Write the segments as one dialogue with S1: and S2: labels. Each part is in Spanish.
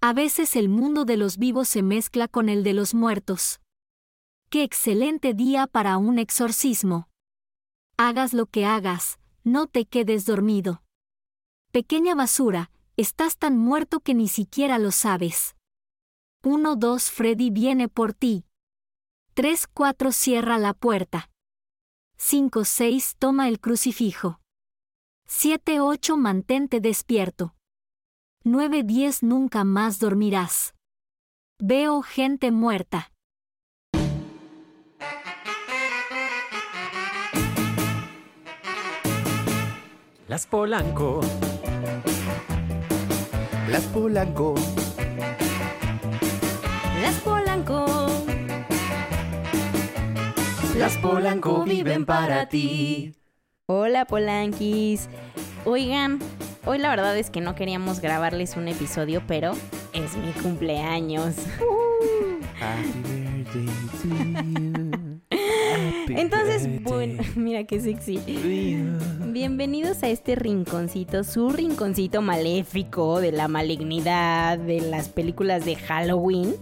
S1: A veces el mundo de los vivos se mezcla con el de los muertos. Qué excelente día para un exorcismo. Hagas lo que hagas, no te quedes dormido. Pequeña basura, estás tan muerto que ni siquiera lo sabes. 1-2 Freddy viene por ti. 3-4 cierra la puerta. 5-6 toma el crucifijo. 7-8 mantente despierto. 9-10 nunca más dormirás. Veo gente muerta.
S2: Las Polanco,
S3: Las Polanco,
S4: Las Polanco.
S3: Las Polanco viven para ti.
S4: Hola Polanquis. Oigan, hoy la verdad es que no queríamos grabarles un episodio, pero es mi cumpleaños.
S3: Happy birthday to you. Happy
S4: Entonces,
S3: birthday
S4: bueno, mira qué
S3: to
S4: sexy.
S3: you.
S4: Bienvenidos a este rinconcito, su rinconcito maléfico de la malignidad de las películas de Halloween.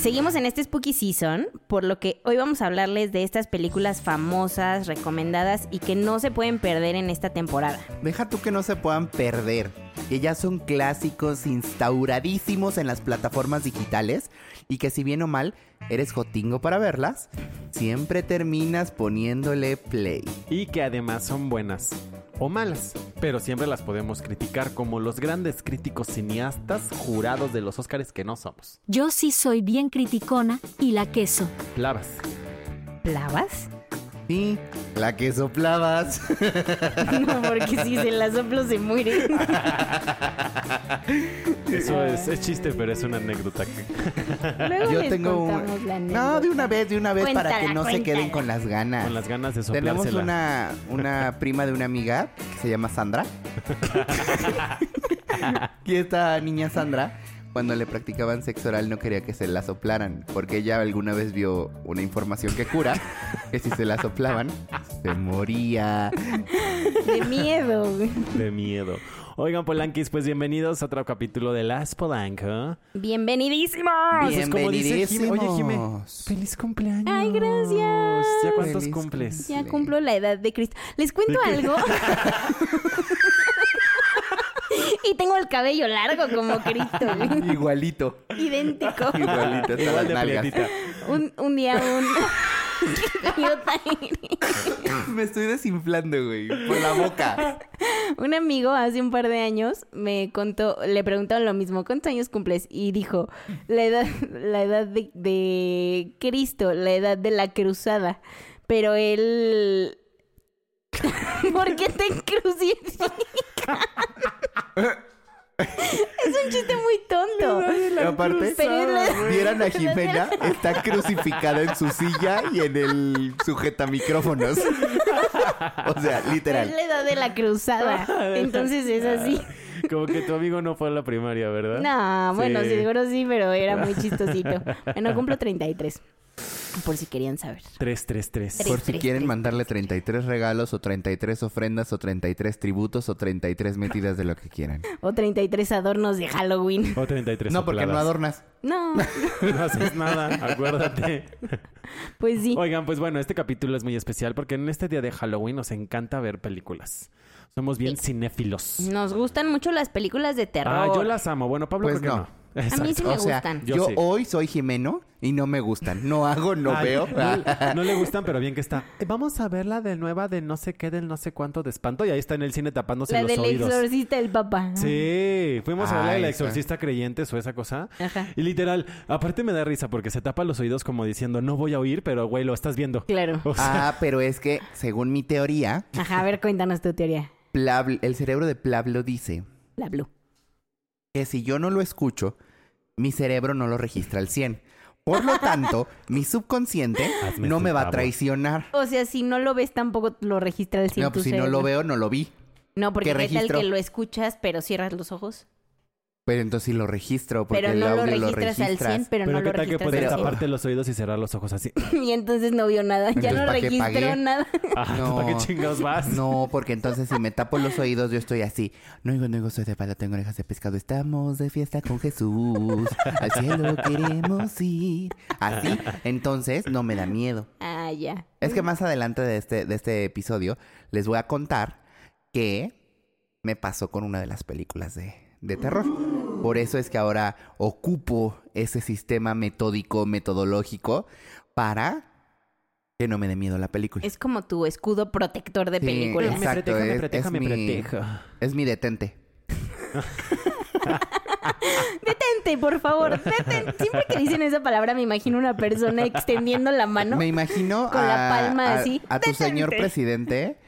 S4: Seguimos en este Spooky Season, por lo que hoy vamos a hablarles de estas películas famosas, recomendadas y que no se pueden perder en esta temporada.
S3: Deja tú que no se puedan perder, que ya son clásicos instauradísimos en las plataformas digitales y que si bien o mal eres jotingo para verlas, siempre terminas poniéndole play.
S2: y que además son buenas o malas, pero siempre las podemos criticar como los grandes críticos cineastas jurados de los Óscares que no somos.
S1: Yo sí soy bien criticona y la queso.
S2: Clavas.
S4: ¿Plavas?
S3: Sí, la que soplabas.
S4: No, porque si se la soplo se muere.
S2: Eso
S3: Eh.
S2: es, es chiste, pero es una anécdota. que-
S4: Luego
S3: Yo
S4: les
S3: tengo
S4: contamos la
S3: un... No, de una vez, de una vez para que
S4: Cuéntala,
S3: no se queden
S4: cuéntala.
S3: con las ganas.
S2: Con las ganas de
S3: Tenemos
S2: soplársela.
S3: una, una prima de una amiga que se llama Sandra. y esta niña Sandra, cuando le practicaban sexo oral, no quería que se la soplaran. Porque ella alguna vez vio una información que cura, que si se la soplaban, se moría.
S4: anécdota. De miedo. güey.
S2: De miedo. Oigan, Polanquis, pues bienvenidos a otro capítulo de Las Polanco.
S4: Bienvenidísimo.
S2: Pues como dice Jime- oye, Jime,
S3: Bienvenidísimos.
S2: feliz cumpleaños.
S4: Ay, gracias.
S2: ¿Ya cuántos
S3: Feliz
S2: cumples?
S3: cumpleaños.
S4: Ya cumplo la edad de Cristo. ¿Les cuento algo? y tengo el cabello largo como Cristo. güey.
S3: Igualito.
S4: Idéntico.
S3: Igualito. hasta
S2: Igual
S3: las
S2: de
S3: nalgas.
S2: prietita.
S4: Un, un día un... idiota eres.
S3: Me estoy desinflando, güey. Por la boca.
S4: un amigo hace un par de años me contó, le preguntaron lo mismo, ¿cuántos años cumples? Y dijo, la edad, la edad de, de Cristo, la edad de la cruzada. Pero él... ¿Por qué te crucificas? es un chiste muy tonto.
S3: Y aparte,
S4: Pero es la-
S3: vieran a Jimena, está crucificada en su silla y en el sujeta micrófonos. O sea,
S4: Es
S3: literal.
S4: la edad de la cruzada. Entonces es así.
S2: Como que tu amigo no fue a la primaria, ¿verdad?
S4: No, bueno,
S2: Sí.
S4: seguro sí, pero era muy chistosito. Bueno, cumplo 33. Por si querían saber.
S2: Tres, tres, tres.
S4: Tres.
S3: Por si quieren mandarle 33 regalos o 33 ofrendas o 33 tributos o 33 metidas de lo que quieran.
S4: O 33 adornos de Halloween.
S2: O 33
S3: No, porque no
S2: sopladas.
S3: adornas.
S4: No,
S2: No haces nada, acuérdate.
S4: pues sí.
S2: Oigan, pues bueno, este capítulo es muy especial porque en este día de Halloween nos encanta ver películas. Somos bien cinéfilos.
S4: Nos gustan mucho las películas de terror.
S2: Ah, yo las amo. Bueno, Pablo,
S3: Pues
S2: creo que
S3: no.
S2: no.
S4: A mí sí me
S3: O sea,
S4: gustan.
S2: Yo
S3: yo,
S2: sí.
S3: hoy soy Jimeno y no me gustan. No hago, no
S2: Ay,
S3: veo. Ah,
S2: No, no le gustan, pero bien que está. Eh, Vamos a ver la de nueva de no sé qué, del no sé cuánto de espanto. Y ahí está en el cine tapándose
S4: La
S2: los
S4: del
S2: oídos.
S4: exorcista del Ah, papá.
S2: Sí, fuimos a ver la
S3: Ay,
S2: del
S3: esa.
S2: exorcista creyentes o esa cosa.
S4: Ajá.
S2: Y literal, aparte me da risa porque se tapa los oídos como diciendo, no voy a oír, pero güey, lo estás viendo.
S4: Claro.
S2: O sea,
S3: Ah, pero es que, según mi teoría,
S4: Ajá, a ver, cuéntanos tu teoría.
S3: Plab- el cerebro de Pablo dice
S4: La Blue.
S3: que si yo no lo escucho, mi cerebro no lo registra al 100. Por lo tanto, mi subconsciente
S2: Hazme
S3: no
S2: ese
S3: me va a
S2: favor.
S3: traicionar.
S4: O sea, si no lo ves, tampoco lo registra el
S3: No, pues si no lo veo, no lo vi.
S4: No, porque
S3: ¿Qué
S4: qué tal
S3: registro?
S4: que lo escuchas, pero cierras los ojos.
S3: Pero entonces sí lo registro, porque
S4: Pero
S3: el
S4: no lo
S3: audio lo
S4: registras al
S3: registras.
S4: 100, pero,
S2: Pero
S4: no
S2: qué
S4: lo
S2: tal que
S4: registras
S2: puedes
S4: al 100.
S2: taparte los oídos y cerrar los ojos así.
S4: Y entonces no vio nada.
S3: Entonces,
S4: ya no
S3: ¿pa' qué
S4: registró
S3: pagué?
S4: nada.
S2: Ah,
S3: No.
S2: ¿Para qué chingados vas?
S3: No, porque entonces si me tapo los oídos, yo estoy así. No oigo, no oigo, soy de palo, tengo orejas de pescado. Estamos de fiesta con Jesús. Al cielo queremos ir. Así, entonces no me da miedo.
S4: Ah, ya.
S3: Es que más adelante de este, de este episodio les voy a contar que me pasó con una de las películas de, de terror. Por eso es que ahora ocupo ese sistema metódico, metodológico, para que no me dé miedo la película. Es,
S4: Es como tu escudo protector de
S3: Sí,
S4: películas.
S3: exacto.
S2: me
S3: es-
S2: proteja,
S3: es
S2: me
S3: mi-
S2: proteja.
S3: mi detente.
S4: Detente, por favor. Detente. Siempre que dicen esa palabra me imagino una persona extendiendo la mano.
S3: Me imagino
S4: Con la
S3: a,
S4: palma
S3: a-
S4: así,
S3: a tu señor
S4: "Detente".
S3: presidente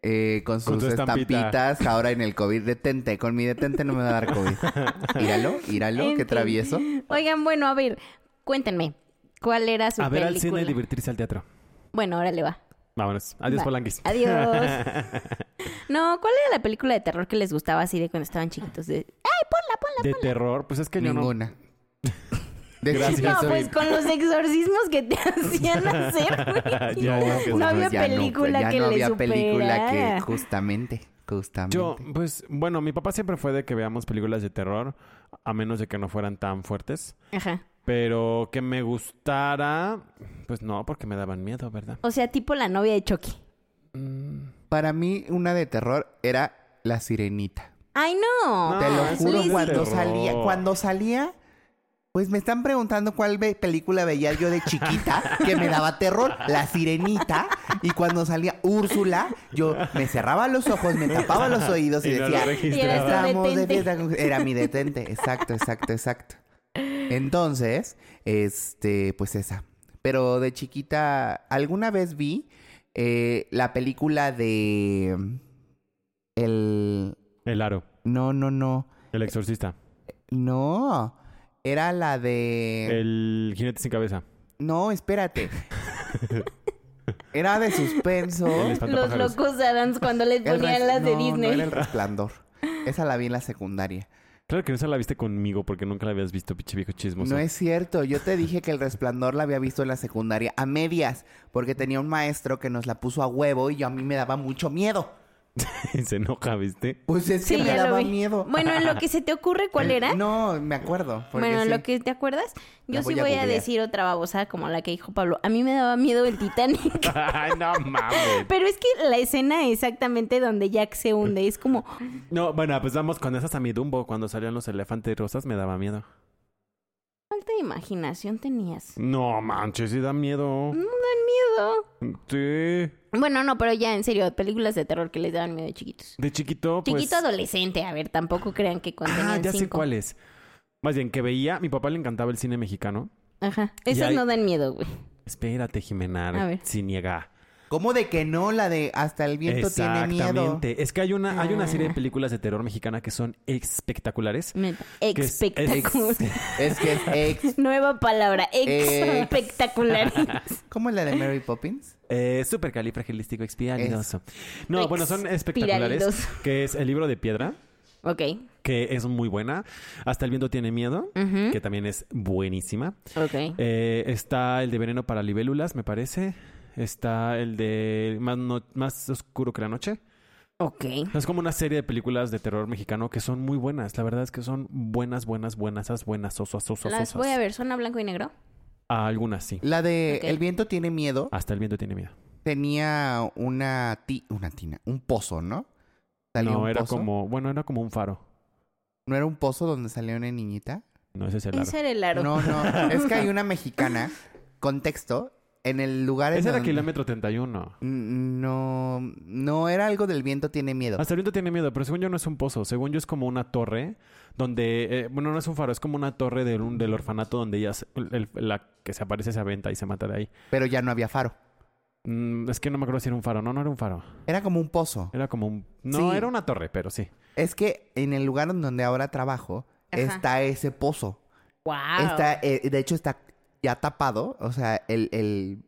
S3: eh, con sus
S2: Con tu estampita.
S3: estampitas ahora en el COVID. Detente, con mi detente no me va a dar COVID. Íralo, íralo,
S4: En
S3: qué
S4: fin.
S3: travieso.
S4: Oigan, bueno, a ver, cuéntenme. ¿Cuál era su
S2: A ver al
S4: película?
S2: cine y divertirse al teatro.
S4: Bueno, ahora le va.
S2: Vámonos. Adiós,
S4: Va.
S2: Polanguis.
S4: Adiós. No, ¿cuál era la película de terror que les gustaba así de cuando estaban chiquitos? De-
S2: De terror, pues es que yo no.
S3: Ninguna. De
S2: Gracias.
S3: chiquito,
S4: No, pues con los exorcismos que te hacían hacer, güey.
S2: Ya, ya, que
S4: No
S3: pues,
S4: había
S3: ya no, pues,
S4: película
S3: ya
S4: que
S3: no
S4: le
S3: había película que
S4: superara.
S3: justamente, justamente.
S2: Yo, pues, bueno, mi papá siempre fue de que veamos películas de terror, a menos de que no fueran tan fuertes.
S4: Ajá.
S2: Pero que me gustara, pues no, porque me daban miedo, ¿verdad?
S4: O sea, tipo la novia de Chucky.
S2: Mm.
S3: Para mí una de terror era La Sirenita.
S4: ¡Ay, no!
S2: No,
S3: Te lo
S2: Ah,
S3: juro,
S2: sí, sí.
S3: cuando
S2: Terror.
S3: salía, cuando salía, pues me están preguntando cuál ve- película veía yo de chiquita que me daba terror, La Sirenita, y cuando salía Úrsula, yo me cerraba los ojos, me tapaba los oídos y,
S2: Y no lo
S3: decía,
S2: registraba.
S4: Y era tu
S3: "Estamos de
S4: detente".
S3: fiesta con-". era mi detente, exacto, exacto, exacto. Entonces, este, pues esa. Pero de chiquita, alguna vez vi eh, la película de mm, el
S2: El aro,
S3: no, no, no.
S2: el exorcista,
S3: No, era la de...
S2: el jinete sin cabeza,
S3: No, espérate. era de suspenso.
S2: el
S4: Los
S2: espantapájaros.
S4: locos Adams cuando les
S3: El
S4: ponían
S3: res-
S4: las de
S3: no,
S4: Disney.
S3: No era el resplandor. Esa la vi en la secundaria.
S2: Claro que no esa la viste conmigo porque nunca la habías visto, pinche viejo chismoso.
S3: No es cierto. Yo te dije que el resplandor la había visto en la secundaria a medias, porque tenía un maestro que nos la puso a huevo y yo a mí me daba mucho miedo.
S2: Se enoja, ¿viste?
S3: Pues es que me
S4: ya lo
S3: daba
S4: vi.
S3: miedo.
S4: Bueno, en lo que se te ocurre, ¿cuál
S3: El-
S4: era?
S3: No, me acuerdo. porque
S4: bueno, en
S3: sí.
S4: lo que te acuerdas, yo
S3: La
S4: sí
S3: voy a
S4: voy a,
S3: googlear.
S4: decir otra babosa como la que dijo Pablo. A mí me daba miedo el Titanic.
S2: Ay, no mames.
S4: Pero es que la escena exactamente donde Jack se hunde es como,
S2: No, bueno, pues vamos con esas a mi Dumbo. Cuando salían los elefantes rosas me daba miedo.
S4: ¿cuánta imaginación tenías?
S2: No manches, sí da miedo.
S3: Mm.
S4: No dan miedo.
S2: Sí.
S4: Bueno, no, pero ya en serio, películas de terror que les daban miedo de chiquitos.
S2: De chiquito, pues.
S4: Chiquito adolescente, a ver, tampoco crean que cuando
S2: Ah,
S4: tenían
S2: ya sé
S4: cinco.
S2: cuáles. Más bien, que veía, mi papá le encantaba el cine mexicano.
S4: Ajá.
S2: Y
S4: Esas
S2: hay-
S4: no dan miedo, güey.
S2: Espérate, Jimena.
S4: A ver.
S2: Si niega.
S3: ¿Cómo de que no? La de hasta el viento tiene miedo.
S2: Exactamente. Es que hay una, hay una serie
S4: Ah.
S2: de películas de terror mexicana que son espectaculares.
S4: Neta.
S2: Que es-
S4: Espectacular.
S2: es-
S3: Es que es ex
S4: Nueva palabra.
S3: Ex-
S4: Espectacular.
S3: ¿Cómo es la de Mary Poppins?
S2: eh, Supercalifragilístico expialidoso. No, bueno, son espectaculares.
S4: Expiralidoso.
S2: Que es El libro de piedra,
S4: ok.
S2: que es muy buena. Hasta el viento tiene miedo,
S4: Ujú.
S2: que también es buenísima.
S4: Ok.
S2: Eh, está el de veneno para libélulas, me parece. Está el de más, no- más oscuro que la noche.
S4: Ok.
S2: Es como una serie de películas de terror mexicano que son muy buenas. La verdad es que son buenas, buenas, buenas, buenas, osas, osas,
S4: Las voy a ver. ¿Son a blanco y negro?
S2: Ah, algunas sí.
S3: La de
S4: Ok.
S3: El viento tiene miedo
S2: Hasta el viento tiene miedo.
S3: tenía una ti una tina, un pozo, ¿no? Salía
S2: No,
S3: un
S2: era
S3: pozo.
S2: como, bueno, era como un faro.
S3: ¿No era un pozo donde salía una niñita?
S2: No, ese es el aro.
S4: Ese era el aro.
S3: No, no. es que hay una mexicana, contexto, en el lugar en
S2: Ese era
S3: donde-
S2: kilómetro 31.
S3: Mm, No, no era algo del viento tiene miedo.
S2: Hasta el viento tiene miedo, pero según yo no es un pozo. Según yo es como una torre donde, eh, bueno, no es un faro, es como una torre del, un- del orfanato donde ella, se- el- la que se aparece se aventa y se mata de ahí.
S3: Pero ya no había faro.
S2: Mm, es que no me acuerdo si era un faro. No, no era un faro.
S3: Era como un pozo.
S2: Era como un... No,
S3: Sí.
S2: era una torre, pero sí.
S3: Es que en el lugar en donde ahora trabajo
S4: Ajá.
S3: está ese pozo.
S4: Wow.
S3: Está, eh, de hecho, está ya tapado. O sea, el, el-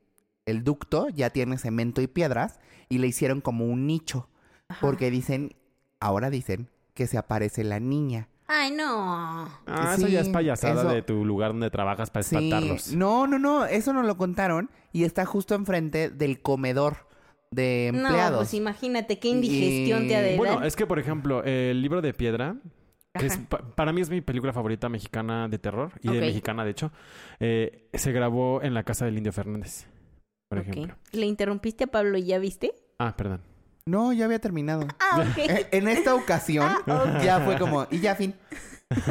S3: el ducto ya tiene cemento y piedras. Y le hicieron como un nicho. Porque dicen, ahora dicen que se aparece la niña.
S4: Ay, no.
S2: Ah, eso
S3: Sí,
S2: ya es payasada
S3: eso.
S2: de tu lugar donde trabajas para
S3: Sí.
S2: espantarlos.
S3: No, no, no, eso nos lo contaron y está justo enfrente del comedor de empleados.
S4: No, pues imagínate qué indigestión
S3: Y-
S4: te ha de
S2: Bueno,
S4: dar.
S2: es que, por ejemplo, el libro de piedra, que es
S4: Ajá.
S2: pa- para mí es mi película favorita mexicana de terror y
S4: Ok.
S2: de mexicana, de hecho, eh, se grabó en la casa del Indio Fernández, por
S4: Ok.
S2: ejemplo.
S4: Le interrumpiste a Pablo y ya viste.
S2: Ah, perdón.
S3: No, ya había terminado.
S4: Ah, ok.
S3: Eh, en esta ocasión
S4: Ah, ok.
S3: ya fue como y ya fin
S2: Él,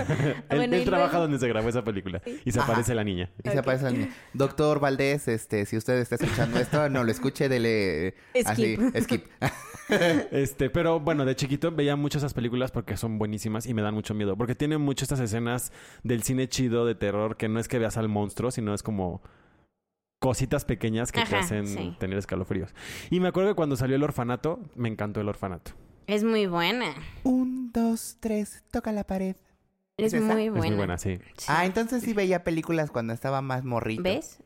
S4: Ah, Bueno,
S2: él
S4: y
S2: trabaja
S4: luego-
S2: donde se grabó esa película y se
S3: Ajá.
S2: aparece la niña.
S3: y
S4: Ok.
S3: se aparece la niña. Doctor Valdés, este, si usted está escuchando esto, no lo escuche, dele así,
S4: Skip.
S3: skip.
S2: Este, pero bueno, de chiquito veía muchas esas películas porque son buenísimas y me dan mucho miedo. Porque tienen muchas estas escenas del cine chido de terror que no es que veas al monstruo, sino es como cositas pequeñas que te
S4: Ajá,
S2: hacen
S4: sí.
S2: tener escalofríos. Y me acuerdo que cuando salió el orfanato, me encantó el orfanato.
S4: Es muy buena.
S3: Un, dos, tres, toca la pared.
S4: Es,
S3: ¿Es esa?
S4: muy buena.
S2: Es muy buena, sí.
S4: Sí.
S3: Ah, entonces sí veía películas cuando estaba más morrito.
S4: ¿Ves?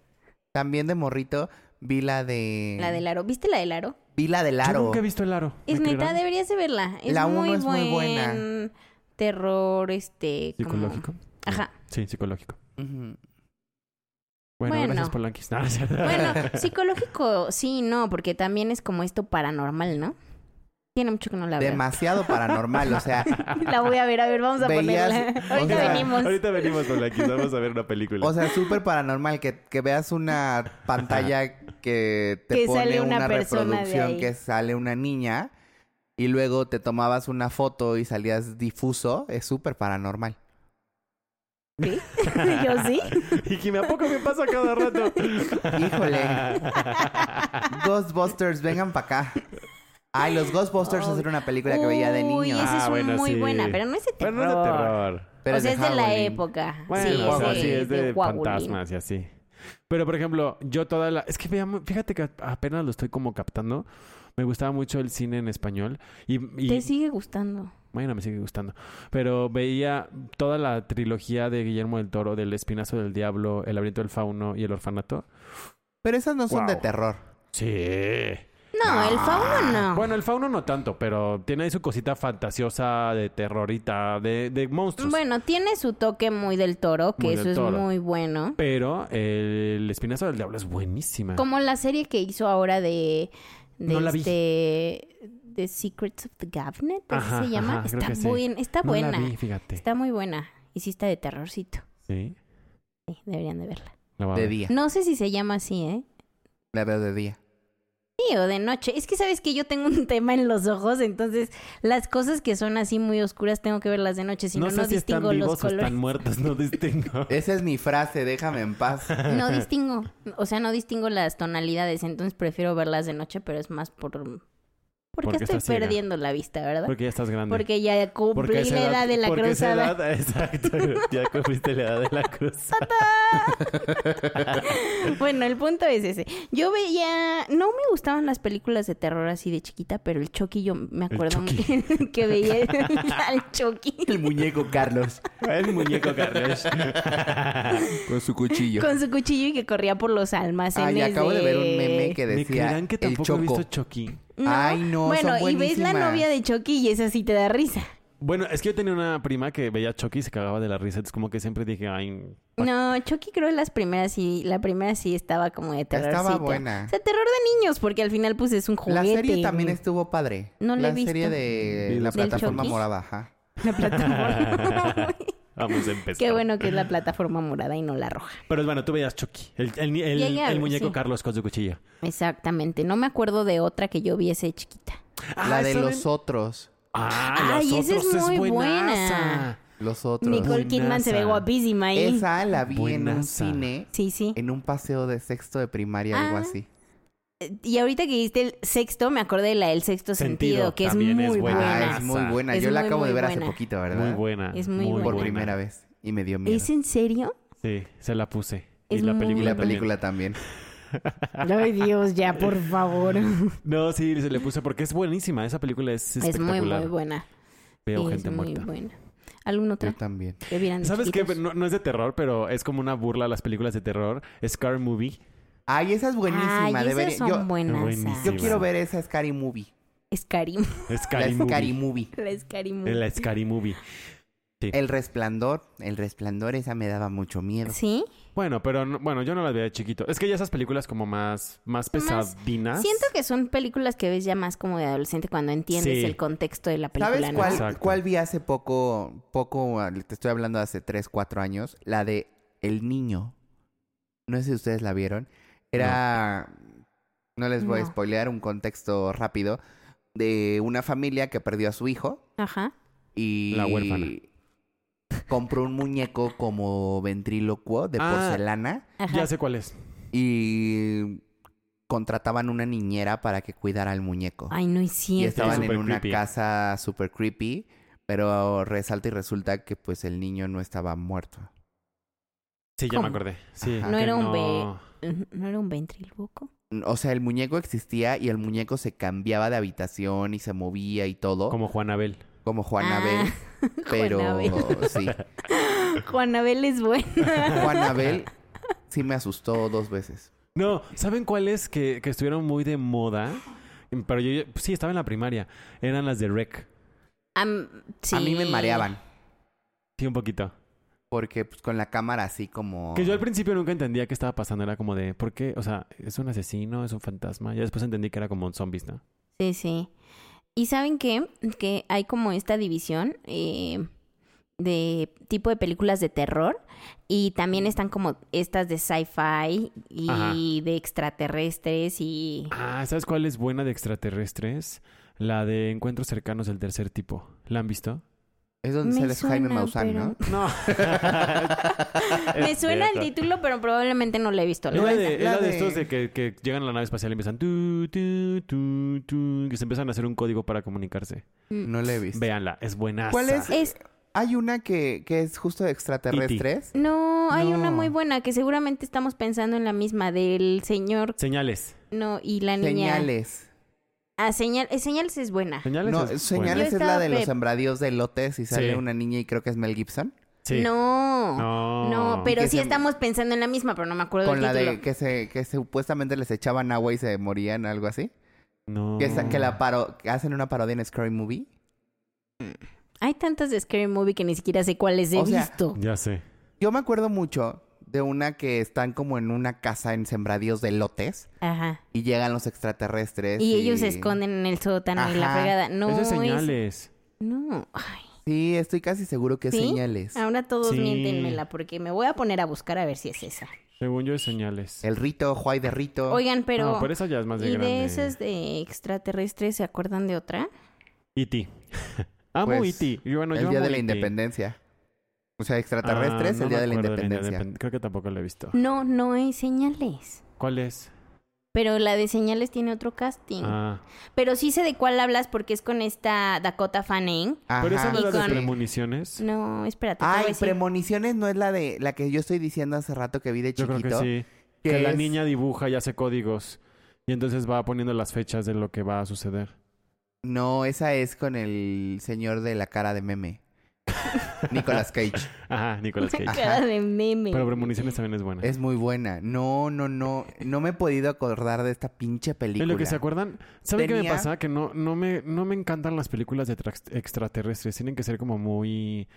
S3: También de morrito vi la de...
S4: La del aro. ¿Viste la del aro?
S3: Vi la del
S2: Yo
S3: aro.
S2: nunca he visto el aro.
S4: Es
S2: ¿me
S4: neta,
S2: creerán?
S4: deberías de verla. Es
S3: La uno
S4: muy,
S3: es muy buena.
S4: buen Terror, este. como-
S2: ¿Psicológico?
S4: Ajá.
S2: Sí, psicológico.
S3: Ujú.
S2: Bueno,
S4: Bueno.
S2: gracias por No, no es cierto.
S4: Bueno, psicológico, sí, no, porque también es como esto paranormal, ¿no? Tiene mucho que no la veo.
S3: Demasiado paranormal, o sea,
S4: La voy a ver, a ver, vamos a
S3: Veías-
S4: ponerla.
S3: o
S4: Ahorita
S3: sea,
S4: venimos.
S2: Ahorita venimos, Polanquis. Vamos a ver una película.
S3: o sea, súper paranormal que, que veas una pantalla que te
S4: Que
S3: pone
S4: sale una
S3: una,
S4: persona de ahí.
S3: reproducción que sale una niña y luego te tomabas una foto y salías difuso, es súper paranormal.
S4: ¿Sí? Yo sí.
S2: y que me a poco me pasa cada rato.
S3: Híjole. Ghostbusters, vengan para acá. Ay, los Ghostbusters
S4: Oh.
S3: era una película que veía de
S4: Uy,
S3: niño.
S4: esa es
S2: Ah, bueno,
S4: muy
S2: sí.
S4: buena, pero no es de terror.
S2: Bueno, no es de terror.
S3: Pero
S4: o sea, es de la
S3: Halloween.
S4: época.
S2: Bueno,
S4: sí,
S2: o sea,
S4: es de,
S2: sí, es de,
S4: Halloween.
S2: fantasmas y así. Pero, por ejemplo, yo toda la... Es que me amo- fíjate que apenas lo estoy como captando. Me gustaba mucho el cine en español. Y, y-
S4: Te sigue gustando.
S2: Bueno, me sigue gustando. Pero veía toda la trilogía de Guillermo del Toro, del Espinazo del Diablo, El laberinto del fauno y El orfanato.
S3: Pero esas no son de
S2: Wow.
S3: terror.
S2: Sí.
S4: No, el fauno no.
S2: Bueno, el fauno no tanto, pero tiene ahí su cosita fantasiosa de terrorita, de, de monstruos.
S4: Bueno, tiene su toque muy del toro, que
S2: Muy del
S4: eso es
S2: toro.
S4: muy bueno.
S2: Pero el Espinazo del Diablo es buenísima.
S4: Como la serie que hizo ahora de,
S2: Ah.
S4: de
S2: No la vi.
S4: este The Secrets of the Cabinet, así
S2: Ajá,
S4: se llama.
S2: ajá, creo
S4: está
S2: que sí.
S4: buen- está
S2: No
S4: buena,
S2: la vi, fíjate.
S4: está muy buena. Y sí está de terrorcito.
S2: Sí.
S4: Sí, deberían de verla.
S2: la voy a
S3: De
S2: ver.
S3: día.
S4: No sé si se llama así, ¿eh?
S3: La veo de día.
S4: Sí, o de noche. Es que sabes que yo tengo un tema en los ojos, entonces las cosas que son así muy oscuras tengo que verlas de noche, si no,
S2: no sé
S4: no
S2: si están
S4: distingo los
S2: vivos o
S4: colores. ¿Eh?
S2: están muertos, no distingo.
S3: Esa es mi frase, déjame en paz.
S4: No distingo, o sea, no distingo las tonalidades, entonces prefiero verlas de noche, pero es más por porque,
S2: Porque
S4: estoy
S2: estás ciega.
S4: perdiendo la vista, ¿verdad? Porque,
S2: Porque ya estás grande.
S4: ya cumplí
S2: Porque a esa
S4: la edad, de la
S2: porque a esa
S4: cruzada.
S2: edad- exacto. Ya cumpliste la edad de la cruzada.
S4: Bueno, el punto es ese. Yo veía, no me gustaban las películas de terror así de chiquita, pero el Chucky yo me acuerdo muy bien que veía al Chucky.
S3: El muñeco Carlos.
S2: El muñeco Carlos.
S3: Con su cuchillo.
S4: Con su cuchillo y que corría por los almacenes.
S3: Ay, acabo de ver un meme que
S2: Me
S3: decía
S2: creerán que
S3: el
S2: tampoco he
S3: choco.
S2: visto Chucky.
S4: No.
S3: Ay, no,
S4: Bueno,
S3: son
S4: y ves la
S3: buenísimas.
S4: novia de Chucky y esa sí te da risa.
S2: Bueno, es que yo tenía una prima que veía Chucky y se cagaba de la risa. Es como que siempre dije, ay,
S4: No, Chucky creo que las primeras sí, la primera sí estaba como de terror.
S3: Estaba buena.
S4: O sea, terror de niños, porque al final pues es un juguete.
S3: La serie también estuvo padre.
S4: No la
S3: la
S4: he visto.
S3: serie de
S2: ¿Del
S3: la plataforma
S4: Chucky?
S3: morada, ajá.
S4: La plataforma.
S2: vamos a empezar.
S4: Qué bueno que es la plataforma morada y no la roja.
S2: Pero bueno, tú veías Chucky. El, el- el-
S4: Llegué a
S2: el
S4: ver,
S2: muñeco
S4: sí.
S2: Carlos con su cuchillo.
S4: Exactamente. No me acuerdo de otra que yo viese chiquita.
S3: la de los otros.
S2: Ah,
S4: Ay,
S2: los
S4: esa es
S2: otros es
S4: muy
S2: buenaza.
S4: buena.
S3: Los otros.
S4: Nicole Kidman se ve
S2: Buenaza.
S4: guapísima ahí.
S3: Esa la vi en un
S2: Buenaza.
S3: cine,
S4: Sí, sí.
S3: en un paseo de sexto de primaria, algo
S4: Ah.
S3: así.
S4: eh, Y ahorita que viste el sexto, me acordé de la del sexto sentido,
S2: Sentido,
S4: que es muy
S2: también es
S4: buena.
S2: buena.
S3: Ah, es muy buena.
S4: Es
S3: Yo la
S4: muy,
S3: acabo
S4: muy
S3: de ver hace
S4: buena.
S3: poquito, ¿verdad?
S2: Muy buena.
S4: Es muy
S2: buena.
S4: buena.
S3: Por primera vez. Y me dio miedo.
S4: ¿Es en serio?
S2: Sí, se la puse.
S4: Es
S2: y la
S4: muy-
S2: película
S3: Y la
S2: también.
S3: película también.
S4: Ay, Dios, Pues ya, por favor.
S2: No, sí, se le puse porque es buenísima. Esa película es
S4: Es muy,
S2: espectacular.
S4: muy buena.
S2: Veo
S4: Sí,
S2: gente
S4: es muy
S2: muerta.
S4: buena. ¿Alguna
S3: Yo
S4: otra
S3: también.
S4: que vieran
S2: ¿Sabes qué?
S4: chiquitos?
S2: No, no es de terror, pero es como una burla a las películas de terror. Scar Movie.
S3: Ay, esa es buenísima.
S4: Ay,
S3: debería-
S4: esas son
S3: Yo,
S4: buenas. ah.
S2: Buenísima.
S3: yo
S2: Sí,
S3: quiero
S2: va.
S3: ver esa Scary Movie.
S4: Scary.
S2: Scary
S3: la
S2: Movie.
S3: Scary Movie.
S4: La Scary Movie.
S2: La Scary Movie. Sí.
S3: El resplandor, el resplandor, esa me daba mucho miedo.
S4: ¿Sí?
S2: Bueno, pero no- bueno, yo no las veía de chiquito. Es que ya esas películas como más, más
S4: Más-
S2: pesadinas.
S4: Siento que son películas que ves ya más como de adolescente cuando entiendes
S2: Sí.
S4: el contexto de la película.
S3: ¿Sabes
S4: ¿no?
S3: cuál,
S2: Exacto.
S3: cuál vi hace poco, poco, ah, te estoy hablando de hace 3, 4 años? La de El Niño. No sé si ustedes la vieron. Era, no, les voy a
S4: No.
S3: spoilear un contexto rápido, de una familia que perdió a su hijo
S4: Ajá.
S3: y...
S2: La huérfana.
S3: Compró un muñeco como ventrílocuo de
S2: Ah.
S3: porcelana
S4: Ajá.
S2: Ya sé cuál es.
S3: y contrataban una niñera para que cuidara al muñeco.
S4: Ay, no es
S3: Y
S4: cierto.
S3: estaban en
S2: súper
S3: una
S2: creepy.
S3: casa super creepy, pero resalta y resulta que pues el niño no estaba muerto.
S2: Sí, ya me
S4: ¿Cómo?
S2: acordé. Sí.
S3: Ajá.
S4: No
S2: que
S4: era un ¿No era un ventríloco?
S3: O sea, el muñeco existía y el muñeco se cambiaba de habitación y se movía y todo, como,
S2: Como Juanabel.
S4: Ah,
S3: Juanabel, pero
S4: Juanabel.
S3: sí.
S4: Juanabel es buena.
S3: Juanabel sí me asustó dos veces.
S2: No, ¿saben cuáles que, que estuvieron muy de moda? Pero yo, yo- sí, estaba en la primaria. Eran las de Rec.
S4: Am-
S3: A mí me
S4: sí.
S3: mareaban
S2: Sí, un poquito.
S3: porque pues con la cámara así como
S2: Que yo al principio nunca entendía qué estaba pasando. Era como de, ¿por qué? O sea, ¿es un asesino? ¿Es un fantasma? Ya después entendí que era como un zombies, ¿no?
S4: Sí, sí. ¿Y saben qué? Que hay como esta división eh, de tipo de películas de terror y también están como estas de sci-fi y
S2: Ajá.
S4: de extraterrestres y...
S2: Ah, ¿sabes cuál es buena de extraterrestres? La de Encuentros Cercanos del Tercer Tipo. ¿La han visto?
S3: es donde
S4: Me
S3: sale Jaime
S4: suena,
S3: Maussan, ¿no?
S2: No.
S4: Me suena el título, pero probablemente no lo he visto.
S2: Es
S4: Lo
S2: la
S4: voy a-
S2: de, es
S3: la
S2: la de
S3: de-
S2: estos de que, que llegan a la nave espacial y empiezan... tu, tu, tu, tu, que se empiezan a hacer un código para comunicarse.
S3: No le he visto.
S2: Véanla, es buena.
S3: ¿Cuál es?
S4: Es-
S3: Hay una que, que es justo de extraterrestres.
S4: No, hay una
S3: No.
S4: muy buena que seguramente estamos pensando en la misma del señor
S2: Señales.
S4: no y la niña.
S3: Señales.
S4: Ah, señal, eh, señales es buena.
S2: Señales
S3: No, eh,
S2: es
S3: señales
S4: Yo
S3: es la
S4: estaba
S3: de
S4: pe-
S3: los sembradíos de lotes y sale
S2: Sí.
S3: una niña y creo que es Mel Gibson.
S2: buena. Sí.
S4: No.
S2: No.
S4: No, pero
S3: Que
S4: sí
S3: se-
S4: estamos pensando en la misma, pero no me acuerdo
S3: Con
S4: del
S3: la
S4: título.
S3: de que se que supuestamente les echaban agua y se morían, algo así.
S2: No.
S3: Que, esa- que
S2: Oh.
S3: la paro que hacen una parodia en Scary Movie.
S4: Hay tantas de Scary Movie que ni siquiera sé cuáles he
S3: O sea,
S4: visto.
S2: Ya sé.
S3: Yo me acuerdo mucho de una que están como en una casa en sembradíos de lotes
S4: Ajá.
S3: y llegan los extraterrestres.
S4: Y ellos se esconden en el sótano y la
S3: Ajá.
S4: fregada. No,
S2: Ese es
S4: es-
S2: señales.
S4: No. Ay,
S3: Sí, estoy casi seguro que es
S4: ¿Sí? Ah.
S3: señales.
S4: ahora todos
S2: Sí.
S4: miéntenmela porque me voy a poner a buscar a ver si es esa.
S2: Según yo es señales.
S3: El rito, Juay de rito.
S4: Oigan, pero...
S2: No, pero esa ya es más de
S4: ¿Y
S2: grande.
S4: de esas de extraterrestres se acuerdan de otra?
S2: E.T. E Amo
S3: Pues,
S2: E.T. Yo, bueno,
S3: el
S2: yo
S3: día
S2: amo
S3: de la
S2: E.T..
S3: independencia. O sea,
S2: Ah,
S3: extraterrestres,
S2: no
S3: el día
S2: me
S3: de la
S2: acuerdo del Día de la
S3: independencia.
S2: Independ- Creo que tampoco lo he visto.
S4: No, no hay señales.
S2: ¿Cuál es?
S4: Pero la de señales tiene otro casting.
S2: Ah.
S4: Pero sí sé de cuál hablas porque es con esta Dakota Fanning.
S2: Pero esa
S3: Ajá.
S2: no
S4: Y
S2: era de
S4: con-
S2: premoniciones.
S4: No, espérate. te voy a
S3: Ay,
S4: decir.
S3: premoniciones no es la de la que yo estoy diciendo hace rato que vi de
S2: Yo
S3: chiquito.
S2: creo que sí.
S3: que
S2: Que la
S3: es-
S2: niña dibuja y hace códigos. Y entonces va poniendo las fechas de lo que va a suceder.
S3: No, esa es con el señor de la cara de meme. Nicolas Cage.
S2: Ajá, Nicolas
S3: Ah,
S2: Cage.
S4: Cara de meme.
S2: Pero premoniciones también es buena.
S3: Es muy buena. No, no, no. No me he podido acordar de esta pinche
S2: ¿De
S3: película.
S2: lo que se acuerdan? ¿Saben qué me
S3: Tenía-
S2: pasa? Que no, no, me, no me encantan las películas de trax- extraterrestres. Tienen que ser como muy...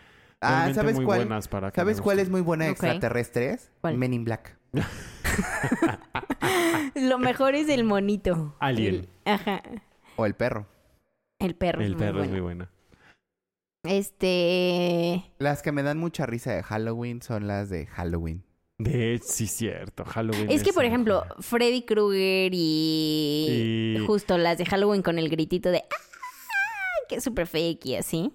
S3: ah,
S2: realmente
S3: ¿sabes
S2: muy
S3: cuál?
S2: buenas para que
S3: ¿Sabes
S2: me
S3: cuál es
S2: gusten.
S3: muy buena de
S4: Ok.
S3: extraterrestres?
S4: ¿Cuál?
S3: Men in Black.
S4: Lo mejor es el monito.
S2: Alien.
S4: El- ajá.
S3: O el perro.
S4: El perro. es
S2: El
S4: muy
S2: perro es
S4: bueno.
S2: muy buena.
S4: Este.
S3: Las que me dan mucha risa de Halloween son las de Halloween.
S2: De hecho, sí, cierto. Halloween.
S4: Es que, por
S2: una-
S4: ejemplo, eh, Freddy Krueger y...
S2: Y-
S4: Justo las de Halloween con el gritito de. ¡Ah! Que es súper fake y así.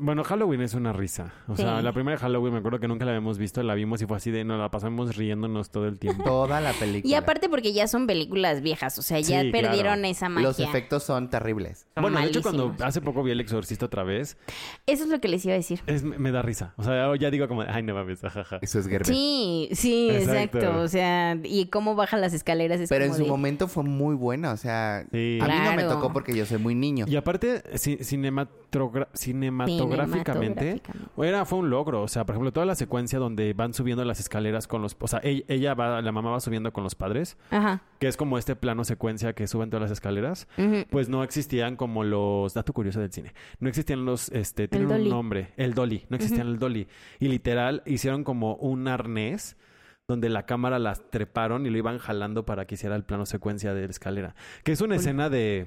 S2: Bueno, Halloween es una risa. O sea,
S4: Sí.
S2: la primera de Halloween me acuerdo que nunca la habíamos visto, la vimos y fue así de nos la pasamos riéndonos todo el tiempo.
S3: Toda la película.
S4: Y aparte, porque ya son películas viejas. O sea, ya
S2: Sí, claro.
S4: perdieron esa magia.
S3: Los efectos son terribles.
S4: Son
S2: bueno, de hecho, cuando ah
S4: malísimos.
S2: hace poco vi El Exorcista otra vez,
S4: Eso es lo que les iba a decir.
S2: es, me da risa. O sea, ya digo como, ay, no mames, jajaja.
S3: Eso es Gerber.
S4: Sí, sí, exacto.
S2: Exacto.
S4: O sea, y cómo baja las escaleras es
S3: Pero en
S4: como
S3: su
S4: de-
S3: momento fue muy buena, o sea,
S2: Sí.
S3: a mí no me
S4: Claro.
S3: tocó porque yo soy muy niño.
S2: Y aparte, ci- cinematogra- cinematográficamente, era, fue un logro. O sea, por ejemplo, toda la secuencia donde van subiendo las escaleras con los... O sea, ella, ella va, la mamá va subiendo con los padres,
S4: Ajá.
S2: que es como este plano secuencia que suben todas las escaleras.
S4: Ujú.
S2: Pues no existían como los... Dato curioso del cine. No existían los... Este, tienen un
S4: dolly.
S2: nombre. El dolly. No existían el dolly. Y literal hicieron como un arnés donde la cámara las treparon y lo iban jalando para que hiciera el plano secuencia de la escalera. Que es una escena de...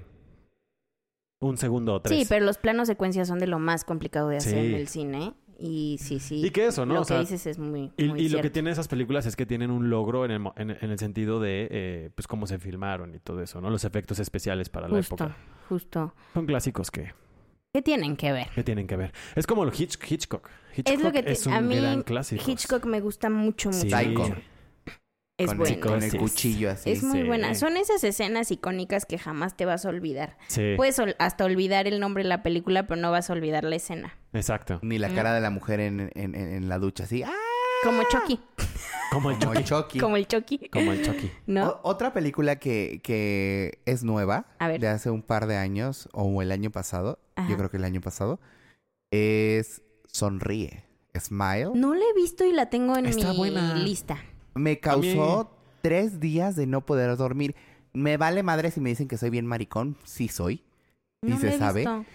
S2: Un segundo o tres.
S4: Sí, pero los planos secuencias son de lo más complicado de hacer
S2: Sí.
S4: en el cine. Y sí, sí.
S2: Y que eso, ¿no?
S4: Lo
S2: O sea,
S4: que dices es muy,
S2: Y,
S4: muy
S2: y lo que
S4: cierto.
S2: tienen esas películas es que tienen un logro en el, mo- en, en el sentido de eh, pues cómo se filmaron y todo eso, ¿no? Los efectos especiales para la
S4: Justo,
S2: época.
S4: justo.
S2: Son clásicos que,
S4: ¿Qué tienen que ver?
S2: que tienen que ver. Es como lo Hitch- Hitchcock. Hitchcock
S4: Es lo que te-
S2: un
S4: a mí
S2: gran clásico.
S4: Hitchcock me gusta mucho, mucho.
S2: Sí.
S3: Psycho.
S4: mucho. Es
S3: con, el,
S4: bueno.
S3: con el
S2: Sí.
S3: cuchillo así.
S4: es muy
S2: sí.
S4: buena. Son esas escenas icónicas que jamás te vas a olvidar.
S2: Sí,
S4: Puedes ol- hasta olvidar el nombre de la película, pero no vas a olvidar la escena.
S2: exacto.
S3: Ni la
S4: Mm.
S3: cara de la mujer en, en- en- en la ducha, así. ¡Ah!
S4: Como Chucky.
S2: Como el
S3: Como el
S2: Chucky.
S3: Chucky.
S4: Como el Chucky.
S2: Como el Chucky.
S4: ¿No?
S3: O- otra película que, que es nueva,
S4: A ver.
S3: de hace un par de años, o el año pasado,
S4: Ajá.
S3: yo creo que el año pasado, es Sonríe, Smile.
S4: No la he visto y la tengo en
S2: Está
S4: mi
S2: buena.
S4: lista.
S3: Me
S2: A mí-
S3: causó tres días de no poder dormir. Me vale madre si me dicen que soy bien maricón, sí soy,
S4: No
S3: Y se
S4: la he
S3: sabe.
S4: visto.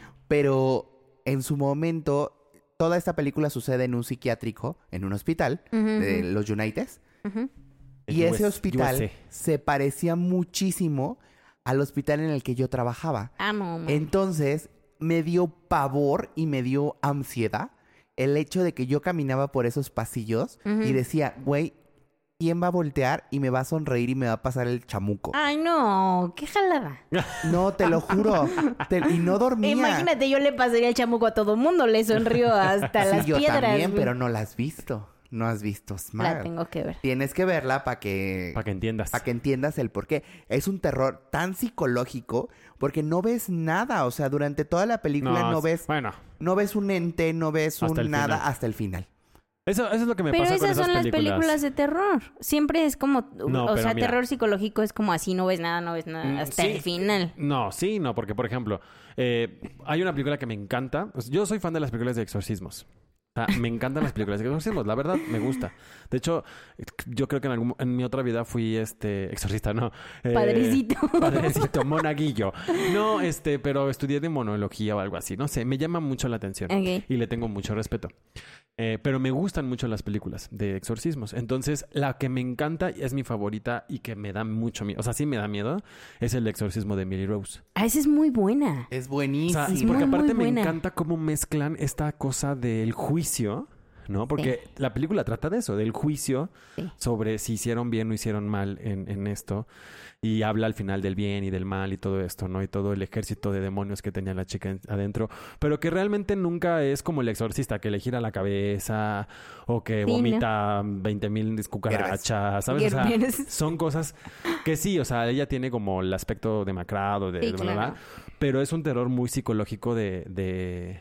S3: pero en su momento, toda esta película sucede en un psiquiátrico, en un hospital,
S4: Ujú,
S3: de
S4: ujú,
S3: los Uniteds.
S4: ujú.
S2: El
S3: Y ese
S2: US-
S3: hospital
S2: USA.
S3: se parecía muchísimo al hospital en el que yo trabajaba.
S4: Amo. amo.
S3: Entonces me dio pavor y me dio ansiedad el hecho de que yo caminaba por esos pasillos
S4: Ujú.
S3: y decía, güey, ¿quién va a voltear y me va a sonreír y me va a pasar el chamuco?
S4: Ay, no, qué jalada.
S3: No, te lo juro. Te- y no dormía.
S4: Imagínate, yo le pasaría el chamuco a todo mundo, le sonrío hasta
S3: Sí,
S4: las
S3: yo
S4: piedras.
S3: también,
S4: güey.
S3: pero no la has visto. No has visto
S4: la
S3: Smile.
S4: tengo que ver.
S3: Tienes que verla para que...
S2: Para que entiendas.
S3: Para que entiendas el por qué. Es un terror tan psicológico porque no ves nada. O sea, durante toda la película no,
S2: es-
S3: ves
S2: Bueno,
S3: no ves un ente, no ves
S2: Hasta el
S3: un nada
S2: final.
S3: hasta el final.
S2: eso, eso es lo que me
S4: Pero
S2: pasa
S4: esas,
S2: con esas
S4: son las
S2: películas.
S4: películas de terror. Siempre es como,
S2: No,
S4: o
S2: pero
S4: sea,
S2: mira.
S4: terror psicológico es como así, no ves nada, no ves
S2: Mm,
S4: nada, hasta
S2: sí.
S4: el final.
S2: No, sí, no, porque por ejemplo, eh, hay una película que me encanta. O sea, Yo soy fan de las películas de exorcismos. O sea, me encantan las películas de exorcismos, la verdad, me gusta. De hecho, yo creo que en, algún- en mi otra vida fui este exorcista, no. eh,
S4: Padrecito.
S2: Padrecito, monaguillo. No, este, pero estudié de monología o algo así. No sé, me llama mucho la atención
S4: Ok.
S2: y le tengo mucho respeto. Eh, pero me gustan mucho las películas de exorcismos. Entonces, la que me encanta y es mi favorita y que me da mucho miedo. O sea, sí me da miedo. Es el exorcismo de Emily Rose.
S4: Ah, esa es muy buena.
S3: Es
S2: O
S3: buenísimo.
S2: sea,
S4: Sí,
S2: porque
S4: muy, muy
S2: aparte me
S4: buena.
S2: encanta cómo mezclan esta cosa del juicio, ¿no? Porque la película trata de eso, del juicio
S4: Sí.
S2: sobre si hicieron bien o hicieron mal en, en esto. Y habla al final del bien y del mal y todo esto, ¿no? Y todo el ejército de demonios que tenía la chica en- adentro. Pero que realmente nunca es como el exorcista que le gira la cabeza o que
S4: Sí, ¿no?
S2: vomita 20 mil cucarachas, ¿sabes? O sea,
S4: Gerbenes.
S2: son cosas que sí, o sea, ella tiene como el aspecto demacrado, de,
S4: Sí,
S2: bla, bla, bla,
S4: claro.
S2: pero es un terror muy psicológico de, de-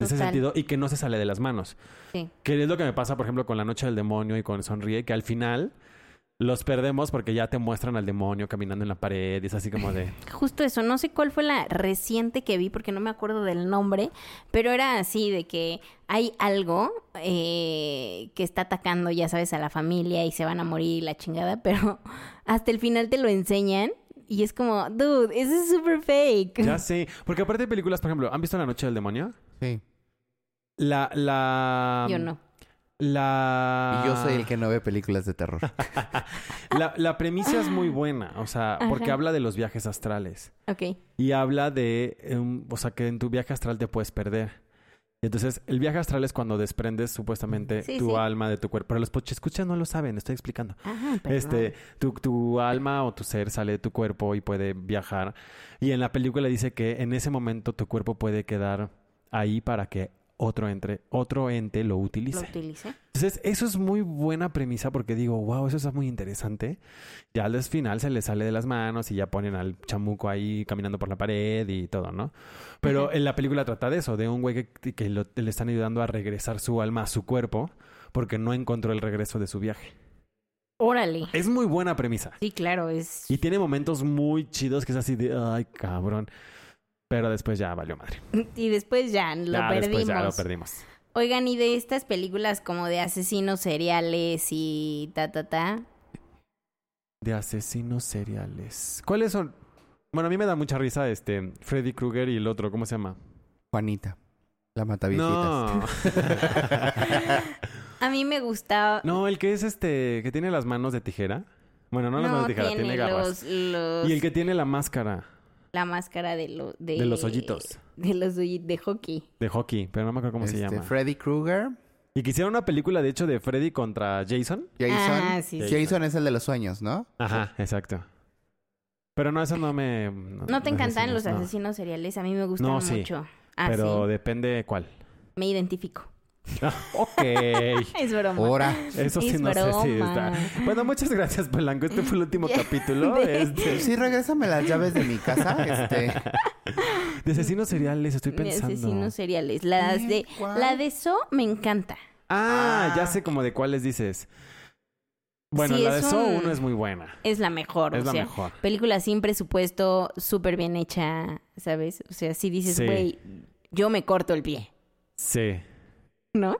S2: de ese
S4: Total.
S2: sentido y que no se sale de las manos.
S4: Sí.
S2: Que es lo que me pasa, por ejemplo, con La Noche del Demonio y con Sonríe, que al final los perdemos porque ya te muestran al demonio caminando en la pared y es así como de...
S4: Justo eso, no sé cuál fue la reciente que vi porque no me acuerdo del nombre, pero era así de que hay algo eh, que está atacando, ya sabes, a la familia y se van a morir y la chingada, pero hasta el final te lo enseñan y es como, dude, eso es súper fake.
S2: Ya sé, porque aparte de películas, por ejemplo, ¿han visto La Noche del Demonio?
S3: Sí.
S2: La... la
S4: Yo no.
S2: La...
S3: Y yo soy el que no ve películas de terror.
S2: La, la premisa es muy buena, o sea, porque
S4: Ajá.
S2: habla de los viajes astrales.
S4: Ok.
S2: Y habla de, eh, un- o sea, que en tu viaje astral te puedes perder. Y entonces, el viaje astral es cuando desprendes supuestamente
S4: Sí,
S2: tu
S4: sí.
S2: alma de tu cuerpo. Pero los escuchas no lo saben, estoy explicando.
S4: Ajá, perdón.
S2: Este, tu, tu alma o tu ser sale de tu cuerpo y puede viajar. Y en la película dice que en ese momento tu cuerpo puede quedar ahí para que otro entre, otro ente lo
S4: ¿Lo
S2: utilice.
S4: utilicé?
S2: Entonces, eso es muy buena premisa porque digo, wow, eso está muy interesante. Ya al final se le sale de las manos y ya ponen al chamuco ahí caminando por la pared y todo, ¿no? Pero
S4: Ajá.
S2: en la película trata de eso, de un güey que, que lo- le están ayudando a regresar su alma a su cuerpo porque no encontró el regreso de su viaje.
S4: Órale.
S2: Es muy buena premisa.
S4: Sí, claro, es...
S2: Y tiene momentos muy chidos que es así de, ay, cabrón. Pero después ya valió madre.
S4: Y después ya lo
S2: ya
S4: perdimos.
S2: después ya lo perdimos.
S4: Oigan, y de estas películas como de asesinos seriales y ta, ta, ta.
S2: De asesinos seriales. ¿Cuáles son? Bueno, a mí me da mucha risa este Freddy Krueger y el otro, ¿cómo se llama?
S3: Juanita, la mata
S2: No.
S4: A mí me gustaba...
S2: no, el que es este, que tiene las manos de tijera. Bueno, no las manos de tijera, tiene, garras.
S4: los, los-
S2: Y el que tiene la máscara
S4: la máscara de, lo- de,
S2: de los hoyitos
S4: De los hoyitos de hockey.
S2: de hockey, pero no me acuerdo cómo se
S3: Este,
S2: llama.
S3: Freddy Krueger,
S2: Y que hicieron una película, de hecho, de Freddy contra Jason.
S3: Jason.
S4: Ah, sí, sí.
S3: Jason es el de los sueños, ¿no?
S2: Ajá, exacto. Pero no, eso no me...
S4: ¿No te encantan los
S2: no.
S4: asesinos seriales? A mí me gustan
S2: No, sí.
S4: mucho. Ah,
S2: Pero
S4: sí.
S2: depende cuál.
S4: Me identifico.
S2: ok.
S4: Es broma.
S3: Ahora.
S2: Eso sí,
S4: Es
S2: no sé si está.
S4: broma.
S2: Bueno, muchas gracias, Polanco. Este fue el último
S4: Ya,
S2: capítulo.
S4: de-
S2: Este,
S3: Sí, regrésame las llaves de mi casa. Este,
S2: de asesinos seriales, estoy
S4: De
S2: pensando.
S4: asesinos seriales. Las
S3: ¿Eh?
S4: de...
S3: ¿Cuál?
S4: La de So me encanta.
S2: Ah,
S3: Ah.
S2: ya sé como de cuáles dices. Bueno,
S4: Sí,
S2: la de
S4: es
S2: So
S4: un-
S2: 1 es muy buena.
S4: Es la mejor.
S2: Es
S4: o
S2: la
S4: sea,
S2: mejor.
S4: Película sin presupuesto, súper bien hecha, ¿sabes? O sea, si dices,
S2: Sí.
S4: güey, yo me corto el pie,
S2: Sí.
S4: ¿no?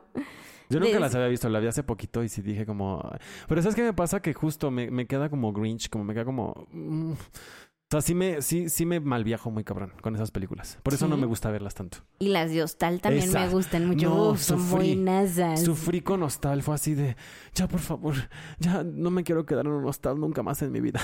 S2: Yo nunca
S4: De-
S2: las había visto, la vi hace poquito y sí dije como... Pero ¿sabes qué me pasa? Que justo me, me queda como Grinch, como me queda como... mm. O sea, sí me, sí, sí me malviajo muy cabrón con esas películas. Por eso no
S4: Sí.
S2: me gusta verlas tanto.
S4: Y las de Hostal también me
S2: Esa.
S4: gustan mucho.
S2: No,
S4: Uf, son
S2: sufrí.
S4: buenasas.
S2: Sufrí con hostal, fue así de, ya por favor, ya no me quiero quedar en un hostal nunca más en mi vida.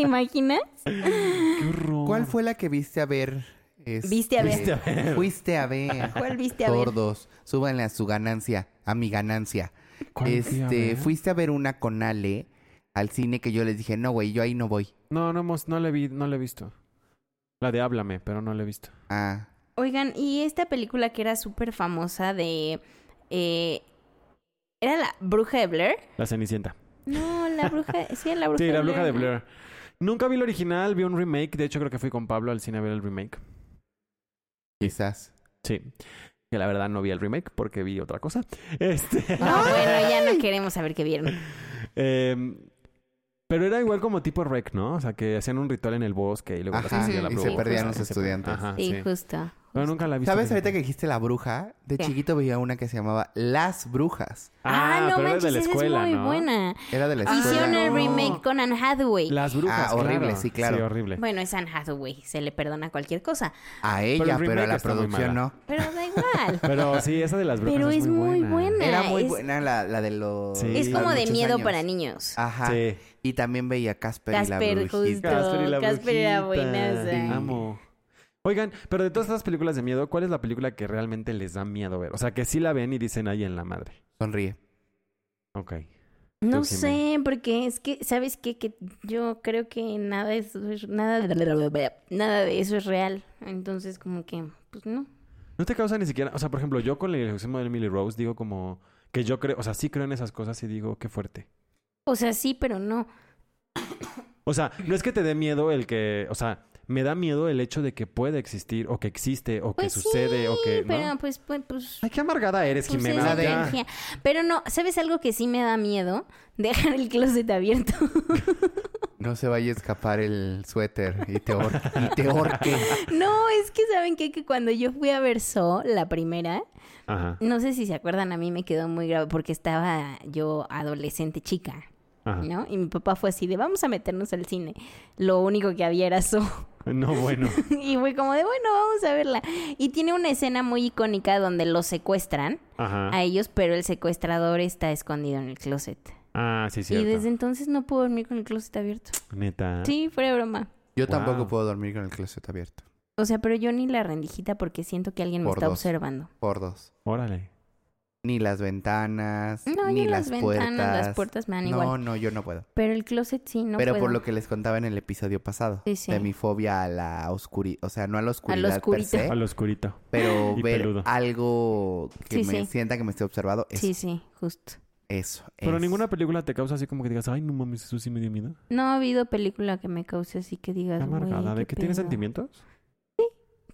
S4: imaginas?
S2: Qué horror.
S3: ¿Cuál fue la que viste a ver? Este,
S4: Viste a ver.
S2: Viste a ver.
S3: Fuiste a ver.
S4: ¿Cuál viste a ver?
S3: Gordos, súbanle a su ganancia, a mi ganancia.
S2: ¿Cuál fui a
S3: Este,
S2: ver?
S3: fuiste a ver una con Ale al cine que yo les dije, no, güey, yo ahí no voy.
S2: No, no hemos, no le vi, no le he visto. La de háblame, pero no la he visto.
S3: Ah,
S4: Oigan, y esta película que era súper famosa de... eh, ¿Era la bruja de Blair?
S2: La Cenicienta.
S4: No, la bruja... Sí, era la bruja
S2: Sí,
S4: de
S2: la bruja de
S4: ¿no?
S2: Blair. Nunca vi el original, vi un remake. De hecho, creo que fui con Pablo al cine a ver el remake.
S3: quizás.
S2: Sí. Que la verdad no vi el remake porque vi otra cosa. Este.
S3: Ah,
S4: No, bueno, ya no queremos saber qué vieron.
S2: eh, pero era igual como tipo rec, ¿no? O sea, que hacían un ritual en el bosque y luego las
S3: Ajá,
S2: hacían la
S4: y se
S2: bruja,
S4: perdían
S3: los
S2: y se perdían.
S3: estudiantes.
S2: Ajá,
S4: Sí,
S2: Ah, sí.
S4: justo.
S2: No, nunca la vi.
S3: ¿Sabes ahorita que dijiste la bruja? De
S4: ¿Qué?
S3: chiquito veía una que se llamaba Las Brujas.
S4: Ah, no
S2: pero era
S4: manches,
S2: de la
S4: esa
S2: escuela,
S4: es muy
S2: ¿no?
S4: buena.
S3: Era de la
S2: Ah,
S3: escuela.
S4: Hicieron el
S2: no.
S4: remake con Anne Hathaway.
S2: Las brujas.
S3: Ah, horrible,
S2: claro.
S3: sí, claro.
S2: Sí, horrible.
S4: Bueno, es Anne Hathaway, se le perdona cualquier cosa,
S3: A
S2: el
S3: ella, pero,
S2: remake
S3: a la
S2: está muy
S3: producción
S2: mala.
S3: no.
S4: pero da igual.
S2: Pero sí, esa de las brujas.
S4: pero es muy buena.
S3: Era muy
S4: Ah, es,
S3: buena la, la de los...
S2: Sí.
S4: es
S2: Sí,
S3: la
S4: como de
S3: muchos
S4: miedo
S3: años.
S4: para niños.
S3: Ajá.
S2: Sí.
S3: Y también veía Casper, y la
S4: Casper,
S3: brujita.
S4: justo.
S2: Casper y la
S4: Casper era
S2: brujita.
S4: buenaza.
S2: Sí. Amo. Oigan, pero de todas estas películas de miedo, ¿cuál es la película que realmente les da miedo ver? O sea, que sí la ven y dicen ahí en la madre.
S3: Sonríe.
S2: Ok.
S4: No
S2: Tú,
S4: sé, porque es que, ¿sabes qué? Que yo creo que nada de eso es, nada, de- nada de eso es real. Entonces, como que, pues no.
S2: No te causa ni siquiera. O sea, por ejemplo, yo con el ejemplo de Emily Rose digo como que yo creo. O sea, sí creo en esas cosas y digo qué fuerte.
S4: O sea, sí, pero no.
S2: O sea, no es que te dé miedo el que. O sea, me da miedo el hecho de que puede existir o que existe o que
S4: Pues
S2: sucede
S4: sí,
S2: o que. ¿no?
S4: pero pues, pues, pues
S2: Ay, qué amargada eres,
S4: Pues es
S2: Jimena.
S4: la
S2: ya.
S4: energía. Pero no, ¿sabes algo que sí me da miedo? Dejar el closet abierto.
S3: No se vaya a escapar el suéter y te, ahor- y te ahorque.
S4: no, es que saben qué? que cuando yo fui a ver So, la primera,
S2: Ajá,
S4: no sé si se acuerdan, a mí me quedó muy grave porque estaba yo adolescente chica,
S2: ajá.
S4: ¿no? Y mi papá fue así de, vamos a meternos al cine. Lo único que había era So.
S2: No, bueno.
S4: y fue como de, bueno, vamos a verla. Y tiene una escena muy icónica donde los secuestran
S3: Ah.
S2: Ajá.
S4: a ellos, pero el secuestrador está escondido en el closet.
S2: Ah, sí, cierto.
S4: Y desde entonces no puedo dormir con el closet abierto.
S3: Ah.
S2: Neta.
S4: Sí, fuera de broma.
S3: Yo
S2: Wow.
S3: tampoco puedo dormir con el closet abierto.
S4: O sea, pero yo ni la rendijita porque siento que alguien me
S3: Por
S4: está
S3: dos.
S4: observando.
S3: Por dos.
S2: Órale.
S3: Ni las ventanas,
S4: No,
S3: ni
S4: yo
S3: las,
S4: las, ventanas,
S3: puertas.
S4: las puertas me dan
S3: No,
S4: igual.
S3: no, yo no puedo.
S4: Pero el closet sí, no
S3: Pero
S4: puedo.
S3: por lo que les contaba en el episodio pasado.
S4: Sí, sí.
S3: De mi fobia a la oscuridad. O sea, no a la oscuridad per
S4: oscurito.
S3: se.
S2: Al oscurito.
S3: Pero
S2: Y
S3: ver
S2: peludo.
S3: algo que
S4: Sí,
S3: me
S4: sí.
S3: sienta que me esté observado. Eso,
S4: Sí, sí, justo.
S3: eso.
S2: Pero
S3: eso.
S2: ninguna película te causa así como que digas, ay, no mames, eso sí me dio miedo.
S4: No ha habido película que me cause así
S2: Qué
S4: que digas,
S2: amargada.
S4: Pues, "Güey,
S2: ¿De
S4: qué
S2: que tienes
S4: pedo".
S2: sentimientos?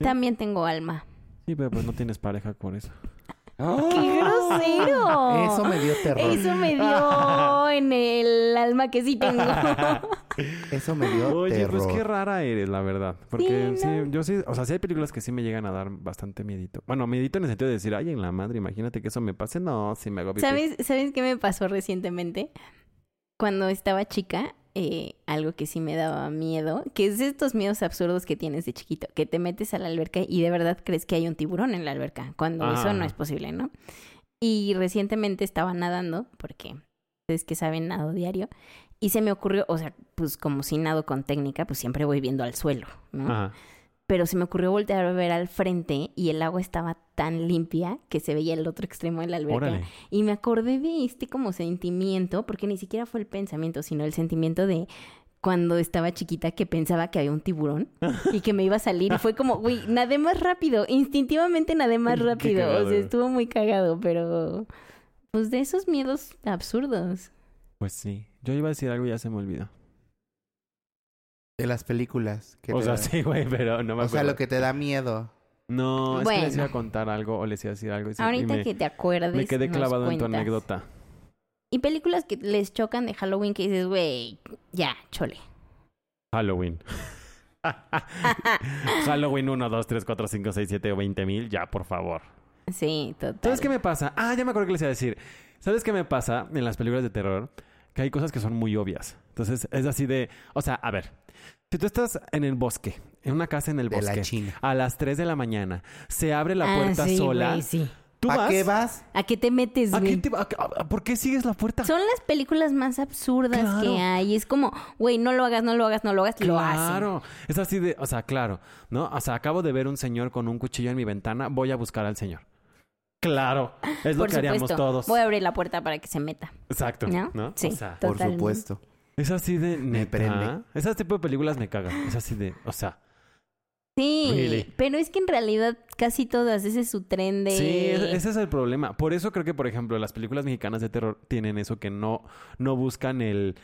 S4: También tengo alma.
S2: Sí, pero pues no tienes pareja por eso.
S3: ¡Oh!
S4: ¡Qué grosero!
S3: Eso me dio terror.
S4: Eso me dio en el alma que sí tengo.
S3: Eso me dio
S2: Oye,
S3: terror.
S2: pues qué rara eres, la verdad. Porque
S4: Sí,
S2: sí,
S4: no.
S2: yo sí, o sea, sí hay películas que sí me llegan a dar bastante miedito. Bueno, miedito en el sentido de decir, ay, en la madre, imagínate que eso me pase. No, sí me hago pipí.
S4: ¿Sabes, ¿Sabes qué me pasó recientemente? Cuando estaba chica, eh, algo que sí me daba miedo, que es estos miedos absurdos que tienes de chiquito, que te metes a la alberca y de verdad crees que hay un tiburón en la alberca, cuando
S2: Ah,
S4: eso no
S2: ajá.
S4: es posible, ¿no? Y recientemente estaba nadando, porque ustedes que saben, nado diario, y se me ocurrió, o sea, pues como si nado con técnica, pues siempre voy viendo al suelo, ¿no?
S2: Ajá.
S4: pero se me ocurrió voltear a ver al frente y el agua estaba tan limpia que se veía el otro extremo de la alberca.
S2: Órale.
S4: Y me acordé de este como sentimiento, porque ni siquiera fue el pensamiento, sino el sentimiento de cuando estaba chiquita que pensaba que había un tiburón y que me iba a salir. Y fue como, güey, nadé más rápido. Instintivamente nadé más
S2: Qué
S4: rápido. O
S2: cagado.
S4: sea, estuvo muy cagado, pero... Pues de esos miedos absurdos.
S2: Pues sí. Yo iba a decir algo y ya se me olvidó.
S3: De las películas. que
S2: O
S3: te
S2: sea,
S3: da-
S2: sí, güey, pero no me acuerdo.
S3: O sea, lo que te da miedo.
S2: No, es que les
S4: Bueno.
S2: iba a contar algo o les iba a decir algo. Y, se- y
S4: Ahorita
S2: me,
S4: que te acuerdes.
S2: me quedé
S4: nos
S2: clavado en tu
S4: cuentas.
S2: anécdota.
S4: Y películas que les chocan de Halloween que dices, güey, ya, chole.
S2: Halloween. Halloween 1, 2, 3, 4, 5, 6, 7 o 20 mil, ya, por favor.
S4: Sí, total.
S2: ¿Sabes qué me pasa? Ah, ya me acuerdo que les iba a decir. ¿Sabes qué me pasa en las películas de terror? Que hay cosas que son muy obvias. Entonces, es así de... O sea, a ver. Si tú estás en el bosque, en una casa en el
S3: De la
S2: bosque,
S3: China.
S2: a las 3 de la mañana, se abre la
S4: Ah,
S2: puerta
S4: sí,
S2: sola.
S4: güey, sí.
S2: ¿Tú
S3: ¿Para
S2: vas?
S3: qué vas?
S4: ¿A qué te metes,
S2: ¿A
S4: güey?
S2: qué te- a- a- a- ¿Por qué sigues la puerta?
S4: Son las películas más absurdas
S2: Claro.
S4: que hay. Es como, güey, no lo hagas, no lo hagas, no lo hagas, lo hacen.
S2: Claro, es así de, o sea, claro, ¿no? O sea, acabo de ver un señor con un cuchillo en mi ventana, voy a buscar al señor. Claro, es lo
S4: Por
S2: que haríamos
S4: supuesto.
S2: todos.
S4: Voy a abrir la puerta para que se meta.
S2: Exacto,
S4: ¿No?
S2: ¿no?
S4: Sí.
S2: O sea,
S3: Por
S4: Totalmente.
S3: supuesto.
S2: Es así de
S3: prende.
S2: neta. Ese tipo de películas me cagan. Es así de, o sea,
S4: Sí,
S2: Really.
S4: pero es que en realidad casi todas, ese es su tren de...
S2: sí, es- ese es el problema. Por eso creo que, por ejemplo, las películas mexicanas de terror tienen eso que no, no buscan el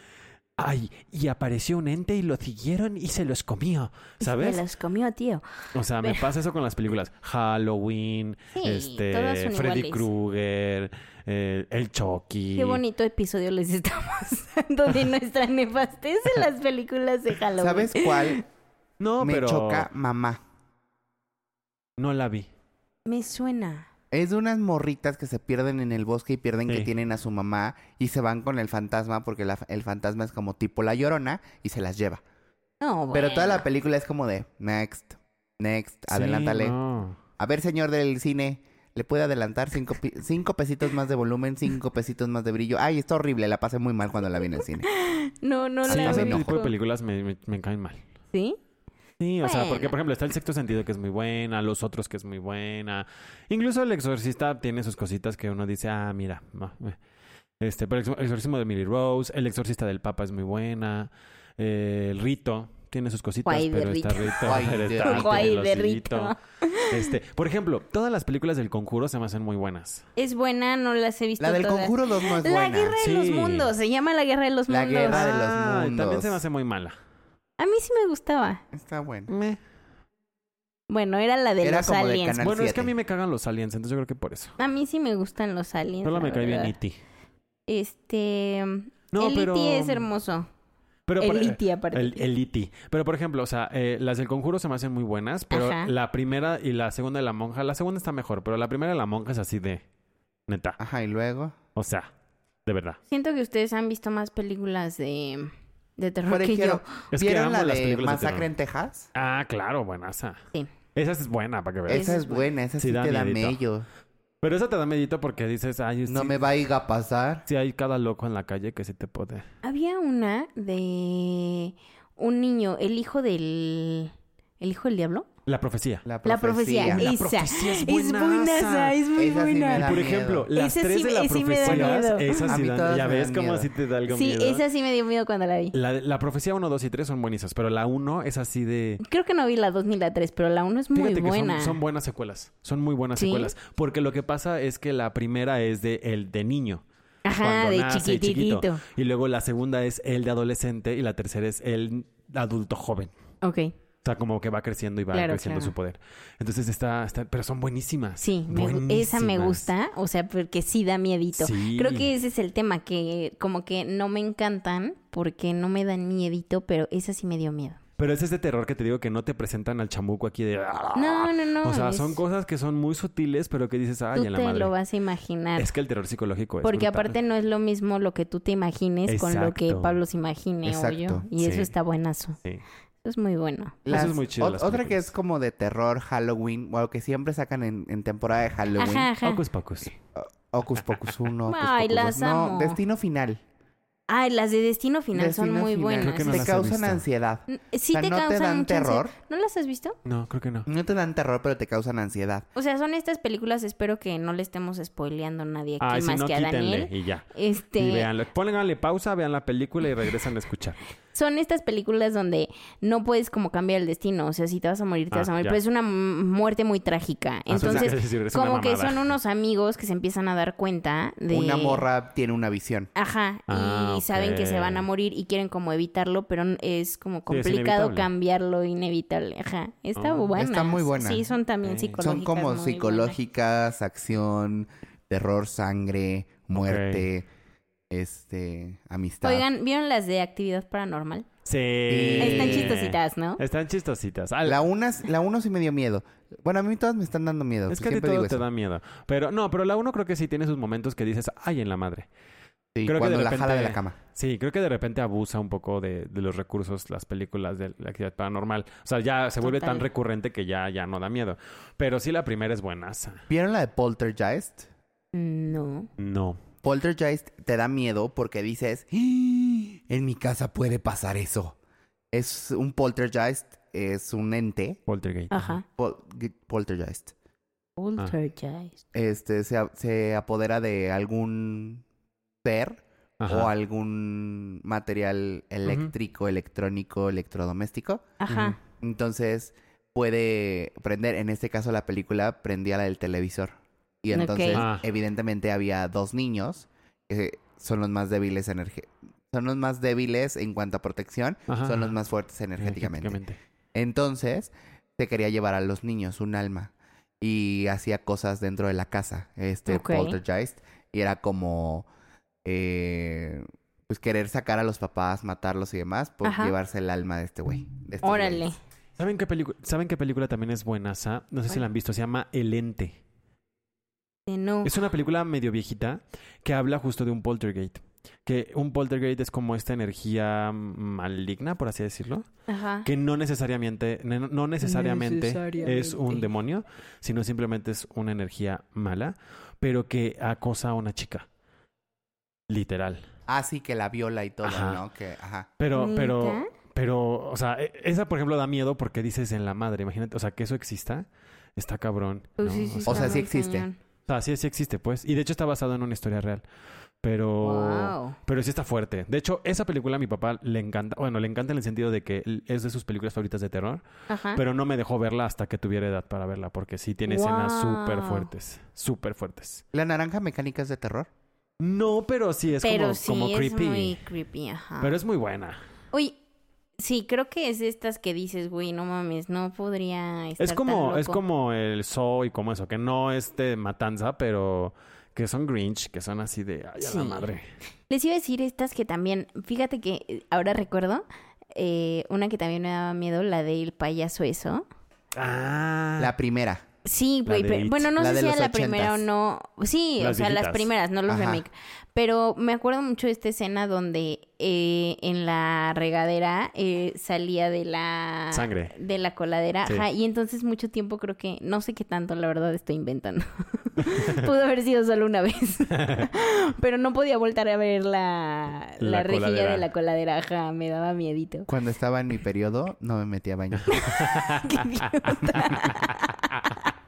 S2: ay, y apareció un ente y lo siguieron y se los comió. ¿Sabes?
S4: Me los comió, tío.
S2: O sea, me pasa eso con las películas. Halloween,
S4: Sí, todas
S2: este,
S4: son
S2: Freddy
S4: iguales.
S2: Krueger, eh, el Chucky.
S4: Qué bonito episodio les estamos dando de nuestra nefastez en las películas de Halloween.
S3: ¿Sabes cuál?
S2: No,
S3: me
S2: pero
S3: choca mamá.
S2: no la vi.
S4: Me suena.
S3: Es de unas morritas que se pierden en el bosque y pierden que
S2: Sí.
S3: tienen a su mamá y se van con el fantasma porque la- el fantasma es como tipo la llorona y se las lleva.
S4: No,
S3: Pero toda
S4: bueno.
S3: la película es como de next, next,
S2: Sí,
S3: adelántale.
S2: no.
S3: A ver, señor del cine, ¿le puede adelantar cinco, pi- cinco pesitos más de volumen, cinco pesitos más de brillo? Ay, está horrible, la pasé muy mal cuando la vi en el cine.
S4: No, no
S2: Sí,
S4: la
S2: ese
S4: ubico.
S2: tipo de películas me- me- me caen mal.
S4: ¿Sí?
S2: Sí, o sea, porque
S4: Bueno.
S2: por ejemplo está el sexto sentido que es muy buena, los otros que es muy buena. Incluso el exorcista tiene sus cositas que uno dice, ah, mira. ma- eh". Este, pero el exor- exorcismo de Millie Rose, el exorcista del Papa es muy buena, eh, el rito tiene sus cositas,
S4: Guay de
S2: pero está
S4: rito.
S2: rito,
S3: Guay
S2: pero
S3: de
S2: está
S3: rito.
S4: Guay
S2: Pelosito.
S4: de rito.
S2: Este, por ejemplo, todas las películas del Conjuro se me hacen muy buenas.
S4: Es buena, no las he visto
S3: La del
S4: todas.
S3: conjuro 2 no es
S4: La
S3: buena.
S4: Guerra de los
S2: Sí.
S4: Mundos, se llama La Guerra de los
S3: La
S4: Mundos.
S3: Guerra de los
S2: Ah, y También
S3: Mundos.
S2: se me hace muy mala.
S4: A mí sí me gustaba.
S3: Está buena.
S2: Meh.
S4: Bueno, era la de
S3: Era
S4: los
S3: como de
S4: aliens.
S3: Canal
S2: Bueno, es que a
S3: 7.
S2: mí me cagan los aliens, entonces yo creo que por eso.
S4: A mí sí me gustan los aliens.
S2: Solo me
S4: la
S2: cae bien
S4: verdad.
S2: E.T.
S4: Este,
S2: No,
S4: el
S2: pero
S4: E.T. es hermoso.
S2: Pero
S4: El E
S2: por-
S4: E.T. aparte.
S2: El, el E.T. Pero, por ejemplo, o sea, eh, las del Conjuro se me hacen muy buenas, pero
S4: Ajá.
S2: la primera y la segunda de la monja, la segunda está mejor, pero la primera de la monja es así de neta.
S3: Ajá, y luego.
S2: O sea, de verdad.
S4: Siento que ustedes han visto más películas de, de terror
S3: Por
S4: que
S3: ejemplo,
S4: yo.
S2: Es que
S3: Ah, ¿vieron
S2: amo
S3: la
S2: las
S3: de
S2: películas de
S3: Masacre
S2: terror.
S3: en Texas?
S2: Ah, claro, buenaza.
S4: Sí.
S2: Esa es buena, para que veas.
S3: Esa es buena, esa
S2: Sí
S3: sí,
S2: da
S3: te da
S2: miedito.
S3: mello.
S2: Pero esa te da medito porque dices, ay,
S3: No
S2: sí,
S3: me vaya a pasar.
S2: sí hay cada loco en la calle que sí te puede.
S4: Había una de un niño, el hijo del... ¿El hijo del diablo?
S2: La profecía.
S3: La
S4: La profecía.
S3: profecía.
S2: La
S4: esa.
S2: profecía es
S4: buenaza,
S2: buenaza.
S4: es muy
S3: Esa sí me
S4: buena.
S3: da
S2: Por
S3: miedo.
S2: ejemplo, las
S4: Ese sí
S2: tres de
S4: me-
S2: la
S4: ese sí me da miedo.
S2: profecía, esas
S3: A
S2: sí
S3: mí
S2: dan,
S3: todas
S2: ya
S3: me
S2: ves
S3: dan
S2: cómo
S3: miedo. ¿eh?
S2: así te da algo
S4: Sí,
S2: miedo.
S4: esa sí me dio miedo cuando la vi.
S2: La, la profecía 1, 2 y 3 son buenísimas, pero la 1 es así de...
S4: Creo que no vi la 2 ni la 3, pero la 1 es muy
S2: Fíjate
S4: buena.
S2: que son, son buenas secuelas, son muy buenas
S4: ¿Sí?
S2: secuelas, porque lo que pasa es que la primera es de el de niño.
S4: Ajá,
S2: cuando
S4: de
S2: nace y
S4: chiquitito.
S2: chiquito, y luego la segunda es el de adolescente y la tercera es el adulto joven.
S4: Ok.
S2: O sea, como que va creciendo y va
S4: Claro,
S2: creciendo
S4: claro.
S2: su poder. Entonces está, está- pero son buenísimas.
S4: Sí, me gu- esa me
S2: Buenísimas.
S4: gusta, o sea, porque sí da miedito.
S2: Sí.
S4: Creo que ese es el tema, que como que no me encantan porque no me dan miedito, pero esa sí me dio miedo.
S2: Pero es ese terror que te digo que no te presentan al chamuco aquí de.
S4: No, no, no.
S2: Ah, O sea,
S4: es-
S2: son cosas que son muy sutiles, pero que dices, ay,
S4: Tú
S2: en la
S4: te
S2: madre.
S4: lo vas a imaginar.
S2: Es que el terror psicológico es.
S4: porque
S2: brutal.
S4: aparte no es lo mismo lo que tú te imagines con lo que
S2: Exacto.
S4: Pablo se imagine o yo.
S3: Exacto.
S4: Y eso
S2: Sí.
S4: está buenazo.
S2: Sí.
S4: Eso es muy bueno.
S2: Eso es muy chido,
S3: ot-
S2: las
S3: otra que
S2: películas.
S3: es como de terror, Halloween, o que siempre sacan en, en temporada de Halloween.
S4: Ajá, ajá.
S2: Hocus pocus.
S3: Ocus Pocus 1. Hocus
S4: Ay,
S3: Pocus
S4: las
S3: 2. no,
S4: amo.
S3: Destino Final.
S4: Ay, las de Destino Final son
S3: Destino
S4: muy
S3: Final.
S4: buenas.
S2: Creo que no
S3: te
S2: las he
S3: causan
S2: visto.
S3: ansiedad.
S4: N- Sí
S3: O sea,
S4: te
S3: no te
S4: causan
S3: dan
S4: mucha
S3: terror.
S4: ansiedad. ¿No las has visto?
S2: No, creo que no.
S3: No te dan terror, pero te causan ansiedad.
S4: O sea, son estas películas, espero que no le estemos spoileando a nadie aquí
S2: Ay, si
S4: más
S2: Ah, no,
S4: que a
S2: quítenle
S4: Daniel.
S2: y ya.
S4: Este,
S2: Y véanlo. Pónganle pausa, vean la película y regresan a escuchar.
S4: son estas películas donde no puedes como cambiar el destino, o sea, si te vas a morir, te
S2: Ah,
S4: vas a morir,
S2: ya.
S4: pero es una m- muerte muy trágica.
S2: Ah, o sea,
S4: Entonces,
S2: es decir, es una
S4: como que
S2: mamada.
S4: son unos amigos que se empiezan a dar cuenta de
S3: Una morra tiene una visión.
S4: Ajá, y
S2: Ah,
S4: saben que se
S2: ok.
S4: van a morir y quieren como evitarlo, pero n- es como complicado
S2: inevitable.
S4: cambiarlo, inevitable. Ajá, está
S2: Ah.
S4: buena.
S3: Está muy buena.
S4: Sí, son también
S2: Ok.
S4: psicológicas.
S3: Son como
S4: muy
S3: psicológicas, acción, terror, sangre, muerte, este, amistad.
S4: buenas. Oigan, ¿vieron las de actividad paranormal?
S2: Sí. Eh.
S4: Están chistositas, ¿no?
S2: Están chistositas. Ah,
S3: la una, la uno sí me dio miedo. Bueno, a mí todas me están dando miedo.
S2: es que a ti
S3: siempre
S2: todo
S3: digo
S2: te
S3: eso.
S2: da miedo. Pero no, pero la uno creo que sí tiene sus momentos que dices, ay, en la madre.
S3: Sí,
S2: creo que
S3: cuando
S2: de
S3: la jala de
S2: repente-
S3: la cama.
S2: Sí, creo que de repente abusa un poco de, de los recursos las películas de la actividad paranormal. O sea, ya se vuelve
S4: Total.
S2: tan recurrente que ya, ya no da miedo. Pero sí, la primera es buenaza.
S3: ¿Vieron la de Poltergeist?
S4: No.
S2: No.
S3: Poltergeist te da miedo porque dices, "¡Ah! en mi casa puede pasar eso. Es un poltergeist, es un ente.
S2: Poltergeist.
S4: Ajá.
S3: Pol- poltergeist.
S4: Poltergeist.
S3: Este se, a- se apodera de algún ser
S2: Ajá.
S3: o algún material eléctrico, electrónico, electrodoméstico.
S4: Ajá.
S3: Entonces puede prender, en este caso la película prendía la del televisor. Y
S4: Ok.
S3: entonces,
S2: Ah.
S3: evidentemente, había dos niños que son los más débiles energe- Son los más débiles en cuanto a protección,
S2: Ajá,
S3: son los
S2: ajá.
S3: más fuertes energéticamente.
S2: Energéticamente.
S3: Entonces, se quería llevar a los niños un alma y hacía cosas dentro de la casa, este
S4: Ok.
S3: poltergeist. Y era como, eh, pues querer sacar a los papás, matarlos y demás por
S4: Ajá.
S3: llevarse el alma de este güey. de estos
S4: Órale.
S3: güeyes.
S2: ¿Saben qué, película ¿Saben qué película también es buenaza? No sé si
S4: ¿Cuál?
S2: la han visto. Se llama El Ente.
S4: Eh, No.
S2: Es una película medio viejita que habla justo de un poltergeist. Que un poltergeist es como esta energía maligna, por así decirlo,
S4: Ajá.
S2: que no necesariamente, ne- no necesariamente, es un
S4: Necesariamente.
S2: demonio, sino simplemente es una energía mala, pero que acosa a una chica. Literal.
S3: Ah, sí, que la viola y todo,
S2: Ajá.
S3: ¿no? Que, ajá.
S2: Pero,
S4: ¿Neta?
S2: pero, pero, o sea, e- esa, por ejemplo, da miedo porque dices en la madre, imagínate, o sea, que eso exista, está cabrón.
S4: Pues
S2: ¿no?
S4: sí, sí,
S2: O sea,
S3: O sea,
S4: está
S3: sí
S4: muy
S3: existe.
S4: cañón.
S2: o sea, sí, sí existe, pues. Y de hecho está basado en una historia real. Pero.
S4: Wow.
S2: Pero sí está fuerte. De hecho, esa película a mi papá le encanta. Bueno, le encanta en el sentido de que l- es de sus películas favoritas de terror.
S4: Ajá.
S2: Pero no me dejó verla hasta que tuviera edad para verla. Porque sí tiene escenas
S4: Wow.
S2: súper fuertes. Súper fuertes.
S3: ¿La naranja mecánica es de terror?
S2: No, pero sí es
S4: Pero
S2: como,
S4: sí,
S2: como
S4: es
S2: creepy.
S4: muy ah, creepy, ajá.
S2: Pero es muy buena.
S4: Uy, sí, creo que es de estas que dices, güey, no mames, no podría estar
S2: Es como,
S4: tan
S2: es
S4: loco".
S2: como el Saw y como eso. Que no es de matanza, pero que son Grinch. Que son así de. Ay, a
S4: Sí.
S2: la madre.
S4: Les iba a decir estas que también, fíjate que eh, ahora recuerdo eh, una que también me daba miedo, la del payaso eso.
S2: Ah.
S3: La primera.
S4: Sí,
S2: La
S4: güey,
S2: de
S4: pero-
S2: It.
S4: bueno, no
S3: La
S4: sé
S3: de
S4: si era
S3: los
S4: la primera o
S3: ochentas.
S4: no. Sí, o
S2: Las
S4: sea, las
S2: viejitas.
S4: primeras, no los
S3: Ajá.
S4: remake. Pero me acuerdo mucho de esta escena donde eh, en la regadera eh, salía de la...
S2: Ah. Sangre.
S4: De la coladera.
S2: Sí.
S4: Ajá, y entonces mucho tiempo creo que, no sé qué tanto, la verdad estoy inventando. Pudo haber sido solo una vez. pero no podía voltar a ver la, la,
S2: La
S4: rejilla
S2: coladera.
S4: de la coladera. Ajá, me daba miedito.
S3: Cuando estaba en mi periodo, no me metía a baño.
S4: Qué idiota.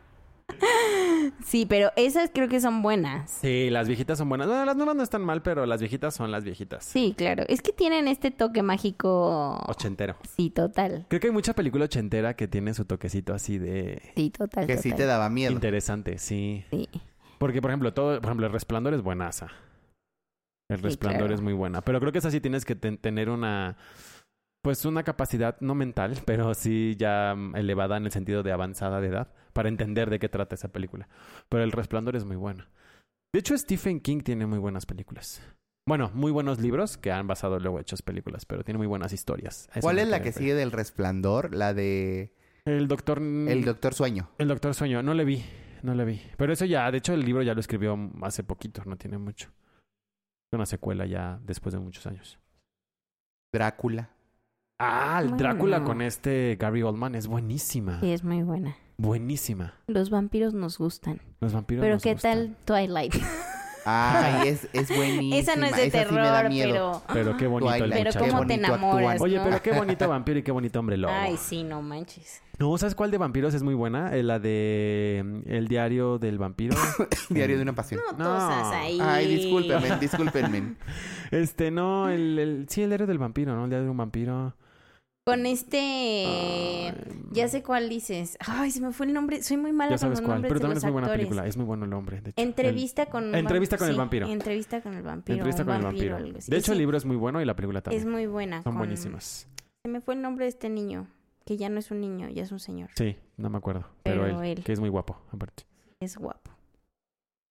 S4: Sí, pero esas creo que son buenas.
S2: Sí, las viejitas son buenas. Bueno, las nuevas no están mal, pero las viejitas son las viejitas.
S4: Sí, claro. Es que tienen este toque mágico.
S2: Ochentero.
S4: Sí, total.
S2: Creo que hay mucha película ochentera que tiene su toquecito así de
S4: Sí, total.
S3: que sí te
S4: total.
S3: daba miedo.
S2: interesante, sí.
S4: Sí.
S2: Porque, por ejemplo, todo, por ejemplo, el resplandor es buenaza. El
S4: Sí,
S2: resplandor
S4: claro.
S2: es muy buena. Pero creo que esa sí tienes que ten- tener una pues una capacidad no mental, pero sí ya mm, elevada en el sentido de avanzada de edad, para entender de qué trata esa película. Pero El Resplandor es muy buena. De hecho, Stephen King tiene muy buenas películas. Bueno, muy buenos libros que han basado luego hechas películas, pero tiene muy buenas historias. A eso
S3: ¿Cuál
S2: me
S3: es la
S2: quería
S3: que
S2: referir.
S3: sigue del resplandor? La de
S2: El doctor...
S4: Mm.
S3: El Doctor Sueño.
S2: El Doctor Sueño, no le vi, no le vi. Pero eso ya, de hecho el libro ya lo escribió hace poquito, no tiene mucho. Una secuela ya después de muchos años.
S3: Drácula.
S2: Ah, el
S4: Bueno.
S2: Drácula con este Gary Oldman es buenísima.
S4: Sí, es muy buena.
S2: Buenísima.
S4: Los vampiros nos gustan.
S2: Los vampiros
S4: Pero
S2: nos
S4: ¿qué
S2: gustan.
S4: tal Twilight?
S3: Ay, es, es buenísima.
S4: Esa no es de
S3: Esa sí me da
S4: terror,
S3: miedo.
S4: pero...
S2: Pero qué bonito el
S3: Twilight,
S4: Pero
S2: muchacho.
S3: qué
S4: cómo te
S3: bonito actúan.
S4: enamoras,
S2: Oye,
S4: ¿no?
S2: pero qué bonito vampiro y qué bonito hombre lobo.
S4: Ay, sí, no manches.
S2: No, ¿sabes cuál de vampiros es muy buena? Eh, La de mm, El diario del vampiro.
S3: Diario de una pasión.
S4: No,
S2: No.
S4: tosas ahí.
S3: Ay, discúlpenme, discúlpenme.
S2: Este, no, el, el- sí, el diario del vampiro, ¿no? El diario de un vampiro.
S4: Con este...
S2: Ay,
S4: Ya sé cuál dices. Ay, se me fue el nombre. Soy muy mala
S2: ya
S4: con
S2: sabes
S4: los
S2: cuál.
S4: nombres
S2: Pero
S4: de
S2: también es
S4: los
S2: muy buena
S4: actores.
S2: película. Es muy bueno el hombre. de hecho. El-
S4: Entrevista con un
S2: Entrevista
S4: vamp-
S2: con el
S4: sí,
S2: vampiro.
S4: Entrevista con el vampiro.
S2: Entrevista con el
S4: vampiro,
S2: vampiro.
S4: algo así.
S2: De hecho,
S4: Sí,
S2: el libro es muy bueno y la película también.
S4: es muy buena.
S2: Son
S4: con-
S2: buenísimas.
S4: Se me fue el nombre de este niño, que ya no es un niño, ya es un señor.
S2: Sí, no me acuerdo. Pero,
S4: Pero
S2: él,
S4: él.
S2: que es muy guapo, aparte.
S4: Es guapo.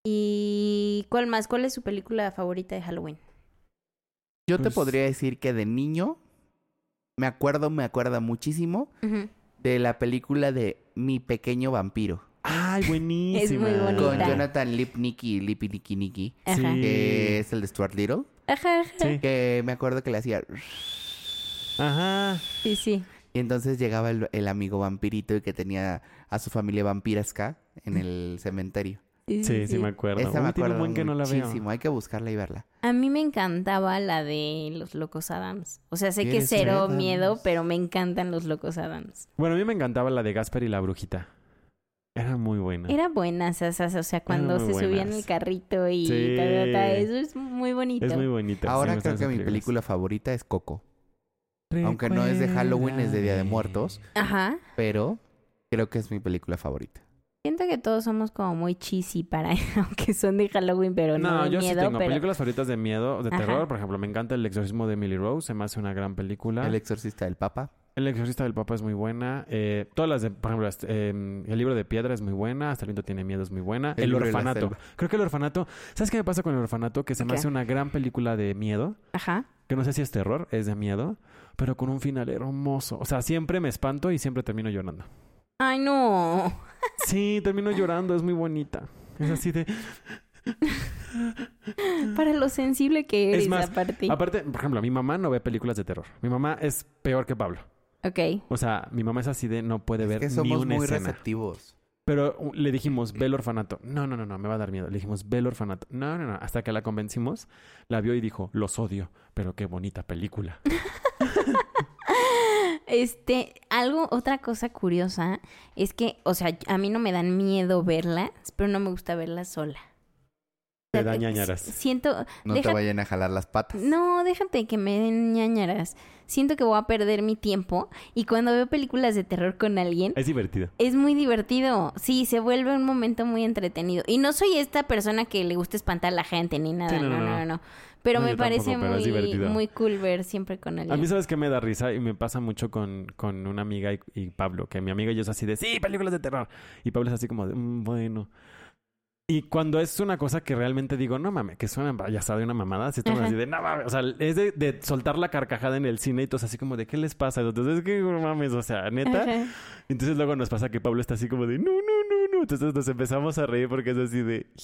S4: ¿Y cuál más? ¿Cuál es su película favorita de Halloween?
S3: Yo te
S2: Pues-
S3: podría decir que de niño me acuerdo, me acuerda muchísimo de la película de Mi Pequeño Vampiro
S2: ¡Ay, buenísima!
S4: bonita.
S3: con
S4: Linda.
S3: Jonathan Lipnicki, Lipnicki,
S4: Ajá.
S2: Ah. Sí.
S3: que es el de Stuart Little,
S4: Ajá, ajá.
S2: Sí.
S3: que me acuerdo que le hacía
S2: Ajá.
S4: Sí, sí.
S3: y entonces llegaba el, el amigo vampirito y que tenía a su familia vampirasca en el cementerio.
S2: Sí,
S4: Sí, sí,
S2: sí, me acuerdo.
S3: Esa me
S2: Uy, tiene
S3: acuerdo
S2: un buen que no la veo.
S3: muchísimo, hay que buscarla y verla.
S4: A mí me encantaba la de Los Locos Adams. O sea, sé que
S3: ¿Quieres
S4: cero
S3: ver,
S4: miedo,
S3: Adams?
S4: pero me encantan Los Locos Adams.
S2: Bueno, a mí me encantaba la de Gasper y la brujita. Era muy buena.
S4: Era buena, sasas, o sea, cuando
S2: Ah. muy
S4: se subía en
S2: buenas.
S4: el carrito y
S2: Sí.
S4: ta, ta, ta, eso es muy bonito.
S2: Es muy bonita. sí,
S3: Ahora
S2: me
S3: creo que
S2: gustan
S3: mi
S2: esas películas.
S3: película favorita es Coco, aunque no es de Halloween, es de Día de Muertos.
S4: Ajá.
S3: pero creo que es mi película favorita.
S4: Siento que todos somos como muy cheesy para, aunque son de Halloween, pero no,
S2: No,
S4: de
S2: yo
S4: miedo,
S2: sí tengo
S4: pero
S2: películas favoritas de miedo, de
S4: Ajá.
S2: terror. Por ejemplo, me encanta El Exorcismo de Emily Rose. Se me hace una gran película.
S3: El
S2: El,
S3: exorcista del Papa.
S2: Exorcista del Papa es muy buena. Eh, todas las de, por ejemplo, este, eh, El libro de piedra es muy buena. Hasta el viento tiene miedo es muy buena.
S3: El
S2: El,
S3: libro de la
S2: orfanato.
S3: selva.
S2: Creo que el orfanato. ¿Sabes qué me pasa con el orfanato? Que se me
S4: ¿Qué?
S2: hace una gran película de miedo.
S4: ajá.
S2: Que no sé si es terror, es de miedo. Pero con un final hermoso. O sea, siempre me espanto y siempre termino llorando.
S4: Ay, no.
S2: Sí, termino llorando, es muy bonita. Es así de.
S4: Para lo sensible que
S2: Mm. Es
S4: eres,
S2: más,
S4: aparte.
S2: Aparte, por ejemplo, mi mamá no ve películas de terror. Mi mamá es peor que Pablo.
S4: Ok.
S2: O sea, mi mamá es así de no puede ver
S3: es que
S2: ni
S3: somos
S2: una
S3: muy
S2: escena.
S3: receptivos.
S2: Pero uh, le dijimos, ve el orfanato. No, no, no, no, me va a dar miedo. Le dijimos, ve el orfanato. No, no, no. Hasta que la convencimos, la vio y dijo, los odio, pero qué bonita película.
S4: Este, algo, otra cosa curiosa es que, o sea, a mí no me dan miedo verlas, pero no me gusta verlas sola.
S2: Te
S4: O sea,
S2: da
S4: eh,
S2: ñañaras.
S4: s- Siento,
S3: No
S4: Deja-
S3: te vayan a jalar las patas.
S4: no, déjate que me den ñañaras. Siento que voy a perder mi tiempo y cuando veo películas de terror con alguien,
S2: Es divertido.
S4: Es muy divertido. Sí, se vuelve un momento muy entretenido. Y no soy esta persona que le gusta espantar a la gente ni nada.
S2: Sí,
S4: no, no, no, no. Pero
S2: No,
S4: me
S2: yo
S4: parece
S2: tampoco, pero es
S4: muy,
S2: divertido.
S4: muy cool ver siempre con
S2: A
S4: alguien.
S2: mí, ¿sabes qué me da risa? Y me pasa mucho con, con una amiga y, y Pablo, que mi amiga y yo es así de, sí, películas de terror. Y Pablo es así como de, "Mm, bueno. Y cuando es una cosa que realmente digo, no mames, que suena payasada de una mamada, así estamos
S4: Ajá.
S2: así de, no mames, o sea, es de, de soltar la carcajada en el cine y todos así como de, ¿qué les pasa? Entonces, es que no mames, o sea, neta.
S4: Ajá.
S2: Entonces luego nos pasa que Pablo está así como de, no, no, no, no. Entonces nos empezamos a reír porque es así de,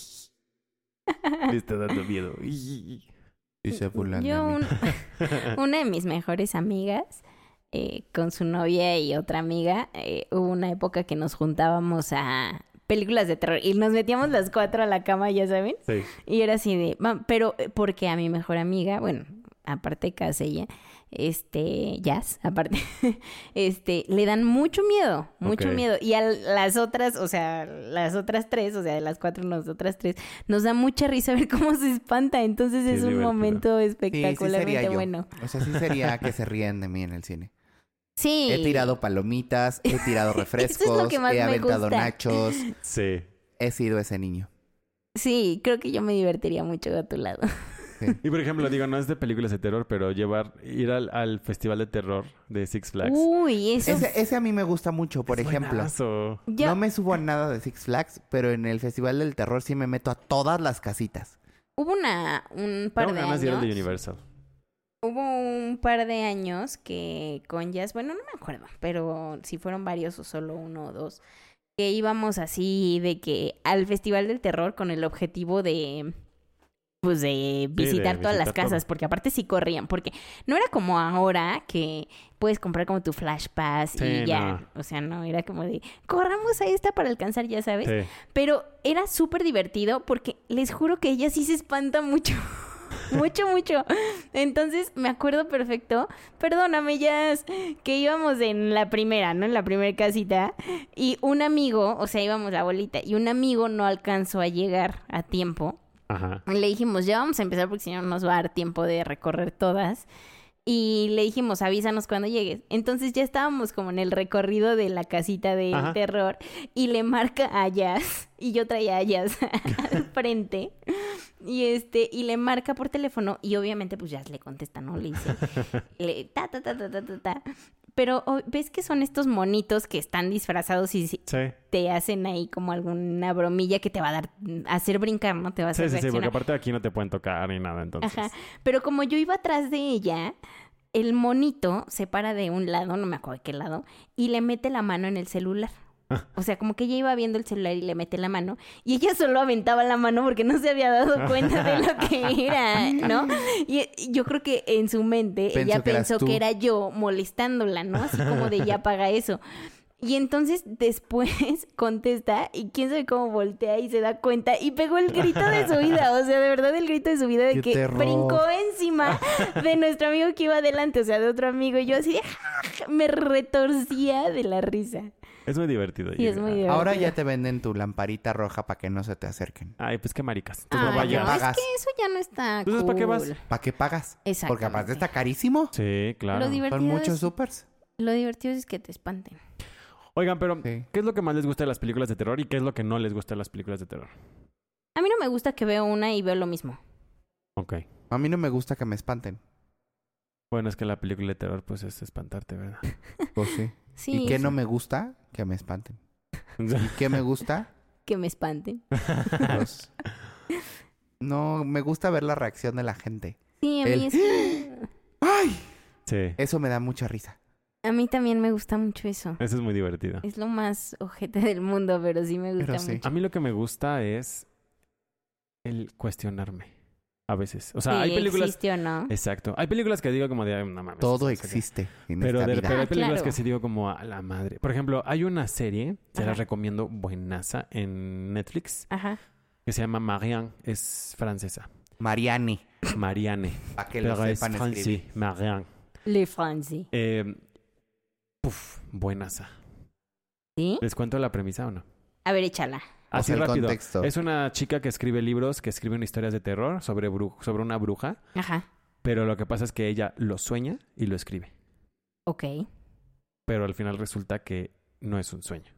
S2: me está dando miedo.
S3: Y se burlan de
S4: Yo,
S3: mí.
S4: un- una de mis mejores amigas, eh, con su novia y otra amiga, eh, hubo una época que nos juntábamos a películas de terror y nos metíamos las cuatro a la cama, ya saben.
S2: Sí.
S4: Y era así de, "Mam", pero eh, porque a mi mejor amiga, bueno, aparte casi ella, este, Jazz, aparte, este, le dan mucho miedo, mucho
S2: Ok.
S4: miedo. Y a las otras, o sea, las otras tres, o sea, de las cuatro, nosotras tres, nos da mucha risa ver cómo se espanta. Entonces
S2: Sí,
S4: es,
S2: es
S4: un
S2: divertido.
S4: momento
S3: Sí, sí
S4: espectacularmente
S3: sería yo.
S4: bueno.
S3: O sea, sí sería que se rían de mí en el cine.
S4: Sí.
S3: He tirado palomitas, he tirado refrescos,
S4: que más
S3: he
S4: me
S3: aventado
S4: gusta.
S3: nachos.
S2: Sí.
S3: He sido ese niño.
S4: Sí, creo que yo me divertiría mucho a tu lado.
S2: Y por ejemplo, digo, no es de películas de terror, pero llevar, ir al, al festival de terror de Six Flags.
S4: Uy, eso.
S3: Ese, ese a mí me gusta mucho, por
S2: Es
S3: ejemplo.
S2: buenazo.
S4: Yo-
S3: No me subo a nada de Six Flags, pero en el Festival del Terror sí me meto a todas las casitas.
S4: Hubo una, un par
S2: Tengo
S4: de
S2: ganas de ir al de
S4: años.
S2: Universal.
S4: Hubo un par de años que con Jazz, bueno, no me acuerdo, pero si fueron varios o solo uno o dos, que íbamos así de que al Festival del Terror con el objetivo de pues de visitar todas las
S2: visitar todo.
S4: casas, porque aparte sí corrían, porque no era como ahora que puedes comprar como tu flash pass
S2: Sí,
S4: y ya, o sea, no, era como de corramos a esta para alcanzar, ya sabes,
S2: Sí.
S4: pero era súper divertido porque les juro que ella sí se espanta mucho. mucho, mucho. Entonces me acuerdo perfecto. Perdóname, Jazz, que íbamos en la primera, ¿no? En la primera casita. Y un amigo, o sea, íbamos la bolita, y un amigo no alcanzó a llegar a tiempo.
S2: Ajá.
S4: Le dijimos, ya vamos a empezar porque si no nos va a dar tiempo de recorrer todas. Y le dijimos, avísanos cuando llegues. Entonces ya estábamos como en el recorrido de la casita de
S2: Ajá.
S4: terror y le marca a Jazz y yo traía a Jazz al frente. Y este, y le marca por teléfono y obviamente pues Jazz le contesta, ¿no? Le dice, le, ta, ta, ta, ta, ta, ta, ta. Pero o- ves que son estos monitos que están disfrazados y si-
S2: Sí.
S4: te hacen ahí como alguna bromilla que te va a dar, hacer brincar, ¿no? Te va a hacer
S2: Sí, sí, sí, porque
S4: reaccionar.
S2: aparte aquí no te pueden tocar ni nada, entonces.
S4: Ajá. Pero como yo iba atrás de ella, el monito se para de un lado, no me acuerdo de qué lado, y le mete la mano en el celular. O sea, como que ella iba viendo el celular y le mete la mano, y ella solo aventaba la mano porque no se había dado cuenta de lo que era, ¿no? Y y yo creo que en su mente
S3: Pensó
S4: ella
S3: que eras
S4: pensó
S3: tú.
S4: que era yo molestándola, ¿no? Así como de ya paga eso. Y entonces después contesta y quién sabe cómo voltea y se da cuenta y pegó el grito de su vida, o sea, de verdad el grito de su vida de
S3: ¡Qué
S4: que
S3: terror!
S4: brincó encima de nuestro amigo que iba adelante, o sea, de otro amigo y yo así de, "Ah", me retorcía de la risa.
S2: Es muy divertido.
S4: Sí, es muy divertido.
S3: Ahora ya te venden tu lamparita roja para que no se te acerquen.
S2: Ay, pues qué maricas. Tú
S4: Ay,
S2: no
S4: Ah, no,
S2: vayas.
S4: es
S3: Pagas.
S4: que eso ya no está
S2: Entonces, ¿para qué vas?
S4: cool.
S3: ¿Para qué pagas? Porque aparte
S4: Exactamente.
S3: está carísimo.
S2: Sí, claro.
S4: Lo divertido
S3: Son muchos
S4: es-
S3: supers.
S4: Lo divertido es que te espanten.
S2: Oigan, pero
S3: Sí.
S2: ¿qué es lo que más les gusta de las películas de terror y qué es lo que no les gusta de las películas de terror?
S4: A mí no me gusta que veo una y veo lo mismo.
S2: Ok.
S3: A mí no me gusta que me espanten.
S2: Bueno, es que la película de terror pues es espantarte, ¿verdad?
S3: Pues sí.
S4: Sí,
S3: ¿Y qué no me gusta? Que me espanten. ¿Y qué me gusta?
S4: que me espanten.
S3: Pues, No, me gusta ver la reacción de la gente.
S4: Sí, a mí
S3: El-
S4: es-
S2: sí.
S3: Eso me da mucha risa.
S2: Pues
S4: A mí también me gusta mucho eso.
S2: Eso es muy divertido.
S4: Es lo más ojete del mundo, pero sí me gusta
S3: Pero sí.
S4: mucho.
S2: A mí lo que me gusta es el cuestionarme a veces. O sea,
S4: Sí,
S2: hay películas...
S4: existe o no.
S3: Eh.
S2: Exacto. Hay películas que digo como de... "Ay, No mames.
S3: Todo
S2: esto es-
S3: existe en
S2: Pero,
S3: esta
S2: de-
S3: vida.
S2: pero hay
S4: Ah,
S2: películas
S4: claro.
S2: que sí digo como a la madre. Por ejemplo, hay una serie, se
S4: Ajá.
S2: las recomiendo, buenaza, en Netflix,
S4: Ajá.
S2: que se llama Marianne. Es francesa.
S3: Mariani.
S2: Marianne.
S3: Para que lo
S2: Pero es
S3: sepan escribir.
S2: francés, Marianne.
S4: Le Franci.
S2: Eh, puf, buenaza.
S4: ¿Sí?
S2: ¿Les cuento la premisa o no?
S4: A ver, échala.
S3: O
S2: Así
S3: sea, el
S2: rápido.
S3: contexto.
S2: Es una chica que escribe libros, que escribe historias de terror sobre, bru- sobre una bruja,
S4: Ajá.
S2: pero lo que pasa es que ella lo sueña y lo escribe.
S4: Ok.
S2: Pero al final resulta que no es un sueño.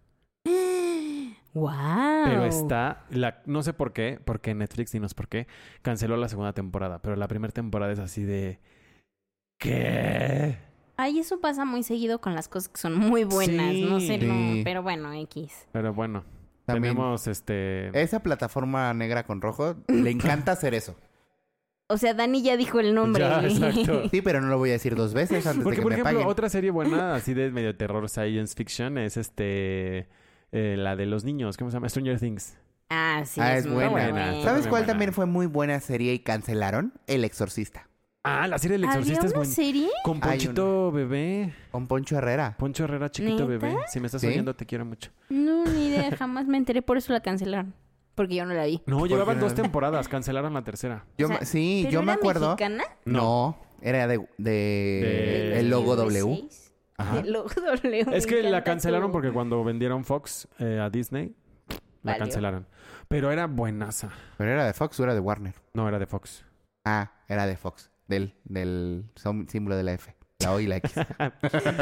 S4: ¡Wow!
S2: Pero está, la, no sé por qué, porque Netflix, dinos por qué, canceló la segunda temporada, pero la primera temporada es así de... ¿Qué?
S4: Ay, eso pasa muy seguido con las cosas que son muy buenas.
S2: Sí.
S4: no sé,
S3: Sí.
S4: no, pero bueno, X.
S2: Pero bueno,
S3: También.
S2: tenemos este...
S3: Esa plataforma negra con rojo le encanta hacer eso.
S4: O sea, Dani ya dijo el nombre.
S2: Ya, exacto.
S3: Sí, pero no lo voy a decir dos veces antes de
S2: Porque,
S3: que
S2: por
S3: me
S2: ejemplo,
S3: paguen.
S2: otra serie buena, así de medio terror, science fiction, es este... eh, la de los niños, ¿cómo se llama? Stranger Things.
S4: ah, sí.
S3: Ah, es
S4: muy
S3: buena.
S2: Muy
S3: ¿Sabes cuál
S2: buena.
S3: también fue muy buena serie y cancelaron? El Exorcista.
S2: Ah, la serie del
S4: ¿Había
S2: exorcista
S4: una
S2: es buena.
S4: serie?
S2: Con
S3: Hay
S2: Ponchito Bebé,
S3: Con Poncho Herrera.
S2: Poncho Herrera, chiquito
S4: ¿Neta?
S2: bebé. Si me estás
S3: ¿Sí?
S2: oyendo, te quiero mucho.
S4: No, ni idea. Jamás me enteré. Por eso la cancelaron. Porque yo no la vi.
S2: No, llevaban
S3: no?
S2: dos temporadas, cancelaron la tercera.
S3: Yo
S4: O sea,
S3: me- sí,
S4: ¿Pero
S3: yo me
S4: era
S3: acuerdo.
S4: mexicana?
S3: No, era de, de-
S2: De-
S3: el logo W.
S4: 16.
S3: Ajá.
S4: El logo W. me
S2: Es que la
S4: encanta
S2: cancelaron
S4: tu-
S2: porque cuando vendieron Fox eh, a Disney, la
S4: Valió.
S2: cancelaron. Pero era buenaza.
S3: Pero era de Fox o era de Warner.
S2: No, era de Fox.
S3: Ah, era de Fox. Del, del som- símbolo de la F. La O y la X.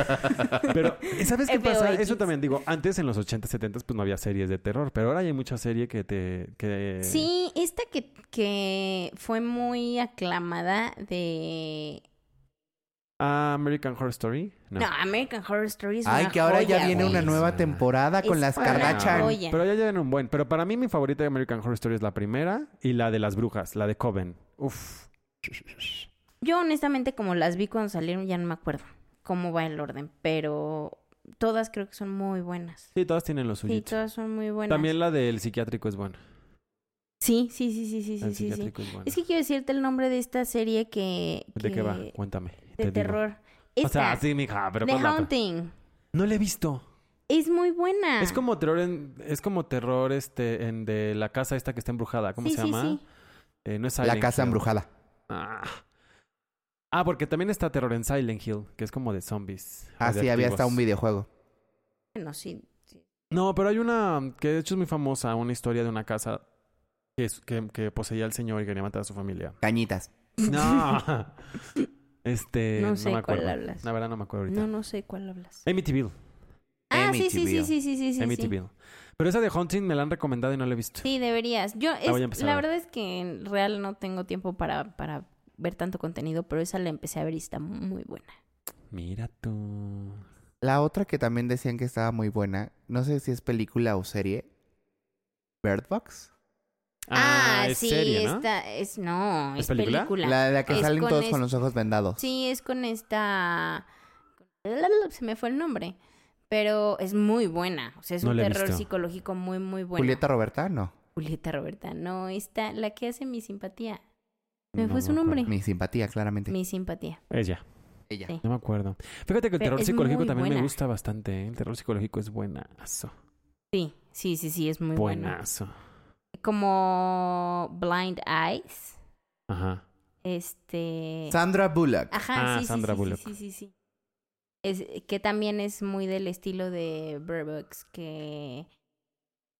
S2: Pero, ¿sabes qué pasa?
S4: FOX.
S2: Eso también digo, antes en los 80, 70 pues no había series de terror, pero ahora ya hay mucha serie que te... Que...
S4: Sí, esta que, que fue muy aclamada de...
S2: Ah, American Horror Story.
S4: No, American Horror Story es
S3: Ay,
S4: una
S3: que ahora ya
S4: joya,
S3: viene
S4: güey.
S3: una nueva temporada con
S4: Es
S3: las
S4: una
S3: Kardashian.
S4: joya.
S2: Pero ya llevan un buen. Pero para mí mi favorita de American Horror Story es la primera y la de las brujas, la de Coven. Uf.
S4: Yo honestamente como las vi cuando salieron ya no me acuerdo cómo va el orden, pero todas creo que son muy buenas.
S2: Sí, todas tienen los
S4: Sí,
S2: suyito.
S4: todas son muy buenas.
S2: También la del psiquiátrico es buena.
S4: Sí, sí, sí, sí, sí,
S2: La del
S4: sí, sí, sí.
S2: psiquiátrico es buena.
S4: Es que quiero decirte el nombre de esta serie que...
S2: ¿De qué va?
S4: que-
S2: Cuéntame. te
S4: De
S2: digo.
S4: terror.
S2: O
S4: Esta,
S2: sea, sí, mija, pero
S4: The
S2: ¿cuál la otra?
S4: Haunting.
S2: No la he visto.
S4: Es muy buena.
S2: Es como terror en, es como terror este en de la casa esta que está embrujada, ¿cómo
S4: Sí,
S2: se
S4: sí,
S2: llama?
S4: sí.
S2: Eh, no es
S3: La
S2: Silent
S3: casa
S2: Hill.
S3: embrujada.
S2: Ah. Ah, porque también está terror en Silent Hill, que es como de zombies.
S3: Ah, sí, había hasta
S2: radioactivos.
S3: un videojuego.
S4: Bueno, sí.
S2: No, pero hay una que de hecho es muy famosa, una historia de una casa que, es- que, que poseía al señor y quería matar a su familia.
S3: Cañitas.
S2: No. este,
S4: No
S2: no,
S4: sé
S2: me
S4: cuál
S2: acuerdo.
S4: hablas.
S2: La verdad no me acuerdo ahorita.
S4: No, no sé cuál hablas.
S2: Amityville,
S4: Ah, sí, sí, sí,
S3: Amityville.
S4: sí, sí, sí, sí. sí.
S2: Amityville. Pero esa de Haunting me la han recomendado y no la he visto.
S4: Sí, deberías. Yo es-
S2: Ah, voy a empezar
S4: la
S2: a ver.
S4: verdad es que en real no tengo tiempo para, para ver tanto contenido, pero esa la empecé a ver y está muy buena.
S2: Mira tú.
S3: La otra que también decían que estaba muy buena, no sé si es película o serie. Bird Box.
S2: Ah, es
S4: sí,
S2: serie, ¿no?
S4: esta es no,
S2: ¿Es
S4: es
S2: película?
S4: película.
S3: La de la que
S4: Es
S3: salen
S4: con
S3: todos
S4: es-
S3: con los ojos vendados.
S4: Sí, es con esta se me fue el nombre, pero es muy buena, o sea, es
S2: No
S4: un
S2: la he
S4: terror
S2: visto.
S4: psicológico muy muy bueno.
S3: Julieta Roberta, no.
S4: Julieta Roberta, no, esta la que hace mi simpatía, Me
S2: No
S4: fue su
S2: acuerdo.
S4: nombre.
S3: Mi simpatía, claramente.
S4: mi simpatía.
S2: Ella.
S3: Ella.
S4: Sí.
S2: No me acuerdo. Fíjate que el
S4: Pero
S2: terror
S4: es
S2: psicológico
S4: muy
S2: también me
S4: buena.
S2: gusta bastante. ¿eh? El terror psicológico es buenazo.
S4: Sí, sí, sí, sí, es muy buena.
S2: Buenazo.
S4: Como Blind Eyes.
S2: Ajá.
S4: Este.
S3: Sandra Bullock.
S4: Ajá,
S2: Ah,
S4: sí, sí,
S2: Sandra
S4: sí, sí,
S2: Bullock.
S4: Sí, sí, sí. Es, que también es muy del estilo de Burbux, que.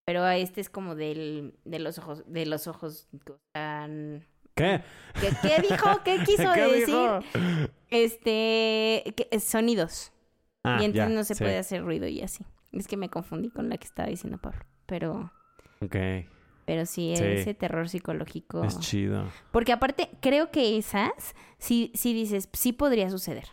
S4: Pero este es como del, de los ojos, de los ojos. o sea, n-
S2: ¿Qué?
S4: ¿Qué, qué dijo? ¿Qué quiso
S2: ¿Qué
S4: decir?
S2: dijo?
S4: Este, que- eh, sonidos.
S2: Ah,
S4: y entonces
S2: ya,
S4: no se
S2: sí.
S4: puede hacer ruido y así. Es que me confundí con la que estaba diciendo Pablo. Pero,
S2: Ok.
S4: pero sí,
S2: Sí.
S4: ese terror psicológico.
S2: Es chido.
S4: Porque aparte, creo que esas, sí, sí dices, sí podría suceder.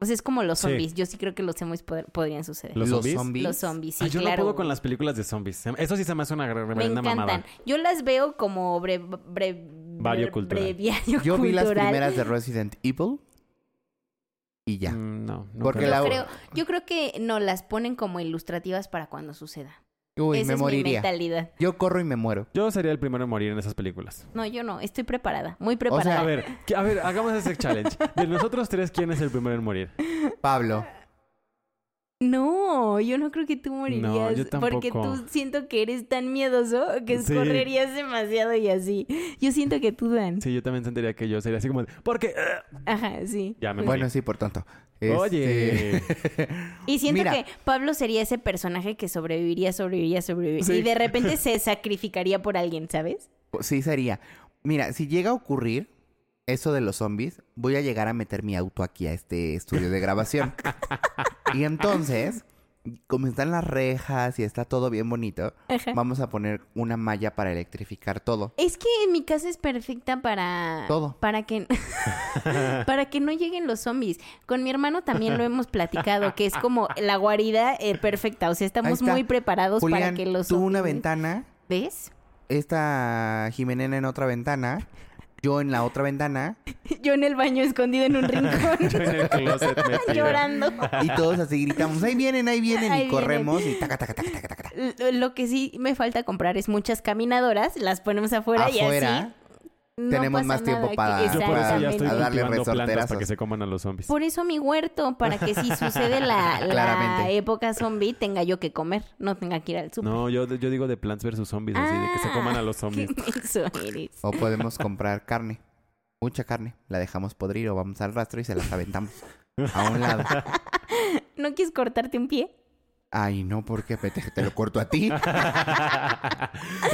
S4: O sea, es como los
S2: Sí.
S4: zombies. Yo sí creo que los zombies pod- podrían suceder.
S2: ¿Los zombies?
S4: Los zombies, sí,
S2: Ah, yo
S4: claro.
S2: no puedo con las películas de zombies. Se- Eso sí se me hace una re-
S4: Me
S2: reverenda
S4: encantan.
S2: mamada.
S4: Yo las veo como bre, bre,
S2: Vario cultural.
S4: breviario
S3: Yo vi las
S4: cultural.
S3: primeras de Resident Evil. Y ya.
S2: Mm, No, no
S3: Porque
S2: creo.
S3: la-
S4: Yo creo, yo creo que no las ponen como ilustrativas para cuando suceda.
S3: Uy,
S4: Esa
S3: me
S4: es mi
S3: moriría.
S4: mentalidad.
S3: Yo corro y me muero.
S2: Yo sería el primero en morir en esas películas.
S4: No, yo no. Estoy preparada. Muy preparada.
S2: A ver, que- a ver, hagamos ese challenge. De nosotros tres, ¿quién es el primero en morir?
S3: Pablo.
S4: No, yo no creo que tú morirías.
S2: No, yo
S4: Porque
S2: tampoco.
S4: tú siento que eres tan miedoso que
S2: Sí.
S4: correrías demasiado y así. Yo siento que tú, Dan.
S2: Sí, yo también sentiría que yo sería así como... de, Porque... qué? Ah,
S4: Ajá, sí.
S2: ya me
S3: Bueno, este,
S2: morí.
S3: sí, por tanto.
S2: Oye.
S4: Y siento
S3: Mira.
S4: que Pablo sería ese personaje que sobreviviría, sobreviviría, sobreviviría.
S2: Sí.
S4: Y de repente se sacrificaría por alguien, ¿sabes?
S3: Sí, sería. Mira, si llega a ocurrir eso de los zombies, voy a llegar a meter mi auto aquí a este estudio de grabación. y entonces, como están las rejas y está todo bien bonito,
S4: Ajá.
S3: vamos a poner una malla para electrificar todo.
S4: Es que en mi casa es perfecta para...
S3: Todo.
S4: Para que... para que no lleguen los zombies. Con mi hermano también lo hemos platicado, que es como la guarida eh, perfecta. O sea, estamos
S3: está.
S4: muy preparados para
S3: Julián,
S4: que los
S3: tú una
S4: zombies-
S3: ventana,
S4: ¿Ves?
S3: esta Jimena en otra ventana, yo en la otra ventana,
S4: Yo en el baño escondido en un
S2: Yo
S4: rincón
S2: en el closet metido.
S4: llorando.
S3: y todos así gritamos, ahí vienen, ahí vienen,
S4: Ahí
S3: y
S4: vienen.
S3: corremos y taca, taca, taca, taca, taca, taca.
S4: Lo- Lo que sí me falta comprar es muchas caminadoras, las ponemos afuera, y
S3: Afuera,
S4: así no
S3: tenemos
S4: pasa
S3: más tiempo
S4: nada,
S3: para-
S4: que-
S2: Yo por eso ya estoy
S3: A
S4: Exactamente.
S3: darle
S2: cultivando plantas para
S3: resorterazos.
S2: que se coman a los zombies.
S4: Por eso mi huerto, para que si sucede la, la
S3: Claramente.
S4: época zombie tenga yo que comer, no tenga que ir al súper.
S2: No, yo, yo digo de Plants versus Zombies, así, de que se
S4: Ah,
S2: coman a los zombies.
S4: Qué menso eres.
S3: o podemos comprar carne, mucha carne, la dejamos podrir o vamos al rastro y se las aventamos a un lado.
S4: ¿No quieres cortarte un pie?
S3: Ay, no, porque te, te lo corto a ti.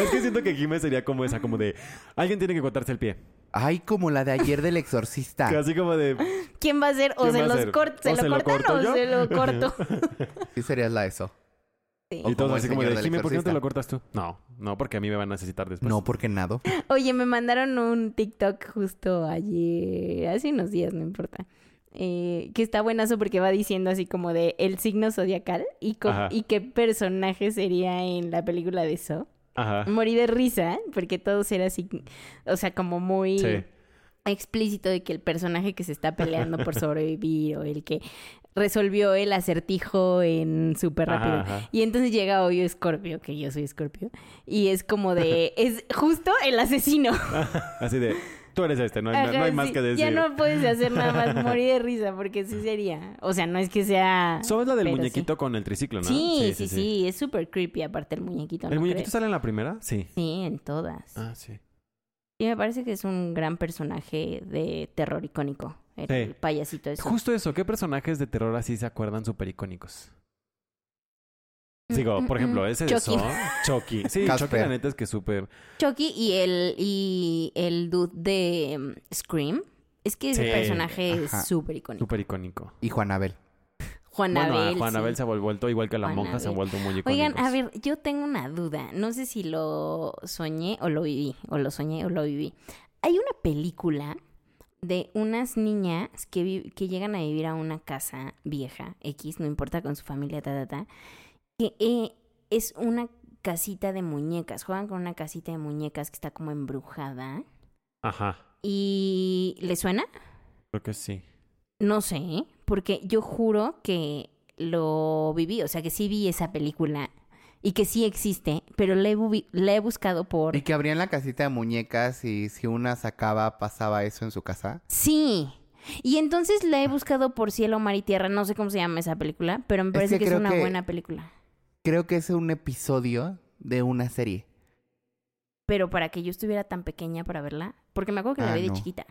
S2: es que siento que Jimé sería como esa, como de... Alguien tiene que cortarse el pie.
S3: Ay, como la de ayer del exorcista.
S2: Así como de...
S4: ¿Quién va a hacer? O
S2: ¿Quién
S4: se
S2: va a
S4: los
S2: hacer?
S4: cort- se
S2: ¿O
S4: lo
S2: se lo
S4: cortan
S2: corto
S4: o
S2: yo?
S4: se lo corto.
S3: Sí serías la de eso.
S4: Sí.
S3: O
S2: Y todos
S3: como el
S2: así como
S3: señor
S2: de,
S3: del
S2: Jimmy, ¿por qué no te
S3: exorcista.
S2: lo cortas tú? No, no, porque a mí me van a necesitar después.
S3: No, porque nado.
S4: Oye, me mandaron un TikTok justo ayer, hace unos días, no importa. eh, que está buenazo porque va diciendo así como de el signo zodiacal y, co-
S2: Ajá.
S4: y qué personaje sería en la película de eso.
S2: Ajá.
S4: Morí de risa porque todos era así, o sea, como muy
S2: Sí.
S4: explícito de que el personaje que se está peleando por sobrevivir o el que resolvió el acertijo en súper
S2: Ajá,
S4: rápido.
S2: ajá.
S4: Y entonces llega hoy Escorpio, que yo soy Escorpio, y es como de, es justo el asesino.
S2: Así de, tú eres este, no hay,
S4: Ajá,
S2: no hay más
S4: Ah, sí.
S2: que decir.
S4: Ya no puedes hacer nada más, morir de risa, porque sí sería. O sea, no es que sea...
S2: Solo es la del
S4: pero
S2: muñequito con el triciclo, ¿no?
S4: Sí, sí, sí, es súper creepy aparte el muñequito.
S2: ¿El
S4: ¿no
S2: muñequito
S4: crees?
S2: sale en la primera? Sí.
S4: Sí, en todas.
S2: Ah, sí.
S4: Y me parece que es un gran personaje de terror icónico, el
S2: Sí.
S4: payasito eso.
S2: Justo eso, ¿qué personajes de terror así se acuerdan súper icónicos? Digo, por ejemplo, ese de
S4: Mm, Chucky.
S2: Saw, Chucky. Sí, Chucky
S3: Casper.
S2: la neta es que es súper...
S4: Chucky y el, y el dude de mm, Scream. Es que ese
S2: Sí,
S4: personaje es
S3: ajá.
S4: súper icónico.
S2: Súper icónico.
S3: Y Juanabel.
S4: Juan
S2: Bueno, a
S4: Abel,
S2: Juan
S4: sí.
S2: Abel se ha vuelto, igual que a la
S4: Juan
S2: monja se han
S4: Abel.
S2: vuelto muy icónicos.
S4: Oigan, a ver, yo tengo una duda. No sé si lo soñé o lo viví. O lo soñé o lo viví. Hay una película de unas niñas que, vi- que llegan a vivir a una casa vieja, X, no importa con su familia, ta, ta, ta, que eh, es una casita de muñecas. Juegan con una casita de muñecas que está como embrujada.
S2: Ajá,
S4: ¿Y le suena?
S2: creo que sí.
S4: No sé, porque yo juro que lo viví, o sea que sí vi esa película y que sí existe, pero la he, bubi- la he buscado por...
S3: Y que abrían la casita de muñecas y si una sacaba, pasaba eso en su casa.
S4: Sí. Y entonces la he buscado por Cielo, Mar y Tierra, no sé cómo se llama esa película, pero me
S3: Es
S4: parece
S3: que
S4: que, es
S3: creo
S4: una
S3: que-
S4: buena película.
S3: Creo que es un episodio de una serie.
S4: Pero para que yo estuviera tan pequeña para verla, porque me acuerdo que la
S3: Ah,
S4: vi de
S3: no.
S4: chiquita.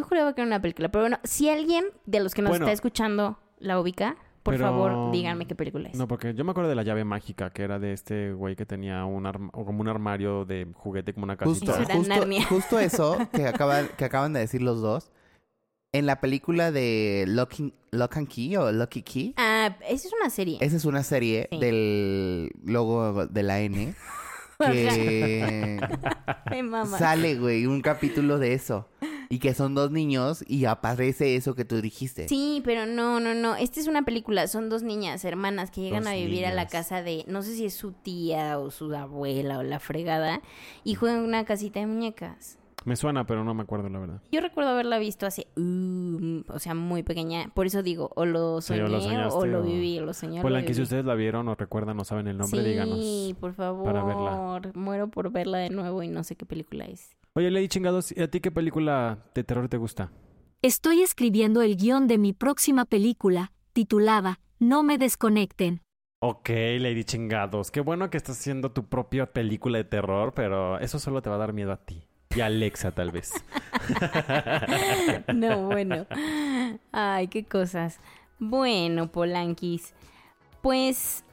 S4: Yo juraba que era una película, pero bueno, si alguien de los que nos
S2: Bueno.
S4: está escuchando la ubica, por
S2: Pero-
S4: favor díganme qué película es.
S2: No, porque yo me acuerdo de la llave mágica, que era de este güey que tenía un arma, o como un armario de juguete, como una casita.
S3: Justo,
S4: Eso era
S3: justo,
S4: Narnia.
S3: justo eso que acaban, que acaban de decir los dos. En la película de Lock, in- Lock and Key o Lucky Key,
S4: Ah, esa es una serie.
S3: esa es una serie
S4: Sí.
S3: del logo de la N que
S4: Ay, mamá.
S3: sale, güey, un capítulo de eso. Y que son dos niños y aparece eso que tú dijiste.
S4: Sí, pero no, no, no. Esta es una película. Son dos niñas hermanas que llegan
S2: Dos
S4: a vivir a la
S2: niñas.
S4: casa de, no sé si es su tía o su abuela o la fregada, y juegan una casita de muñecas.
S2: Me suena, pero no me acuerdo, la verdad.
S4: Yo recuerdo haberla visto hace, um, o sea, muy pequeña. Por eso digo, o lo
S2: Sí,
S4: soñé
S2: o lo
S4: o,
S2: soñaste,
S4: lo
S2: o-
S4: viví, o lo soñé. o lo
S2: Polanqui, si
S4: viví.
S2: ustedes la vieron o recuerdan o saben el nombre,
S4: sí,
S2: díganos.
S4: por favor.
S2: verla.
S4: Muero por verla de nuevo y no sé qué película es.
S2: Oye, Ley Chingados, ¿y a ti qué película de terror te gusta?
S1: Estoy escribiendo el guión de mi próxima película, titulada No me desconecten.
S2: Ok, Lady Chingados. Qué bueno que estás haciendo tu propia película de terror, pero eso solo te va a dar miedo a ti. Y a Alexa, tal vez.
S4: No, bueno. Ay, qué cosas. Bueno, Polanquis. Pues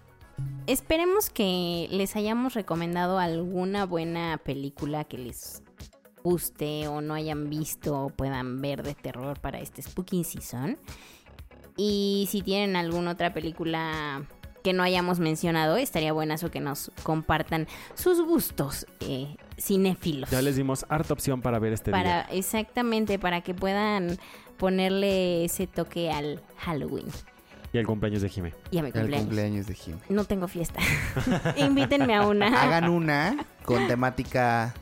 S4: esperemos que les hayamos recomendado alguna buena película que les guste o no hayan visto o puedan ver de terror para este Spooky Season. Y si tienen alguna otra película que no hayamos mencionado, estaría buenazo que nos compartan sus gustos eh, cinéfilos
S2: Ya les dimos harta opción para ver este
S4: para
S2: día.
S4: exactamente para que puedan ponerle ese toque al Halloween
S2: Y el cumpleaños de Jimé.
S4: y a mi
S3: El
S4: cumpleaños.
S3: cumpleaños de Jimmy.
S4: No tengo fiesta. Invítenme a una.
S3: Hagan una con temática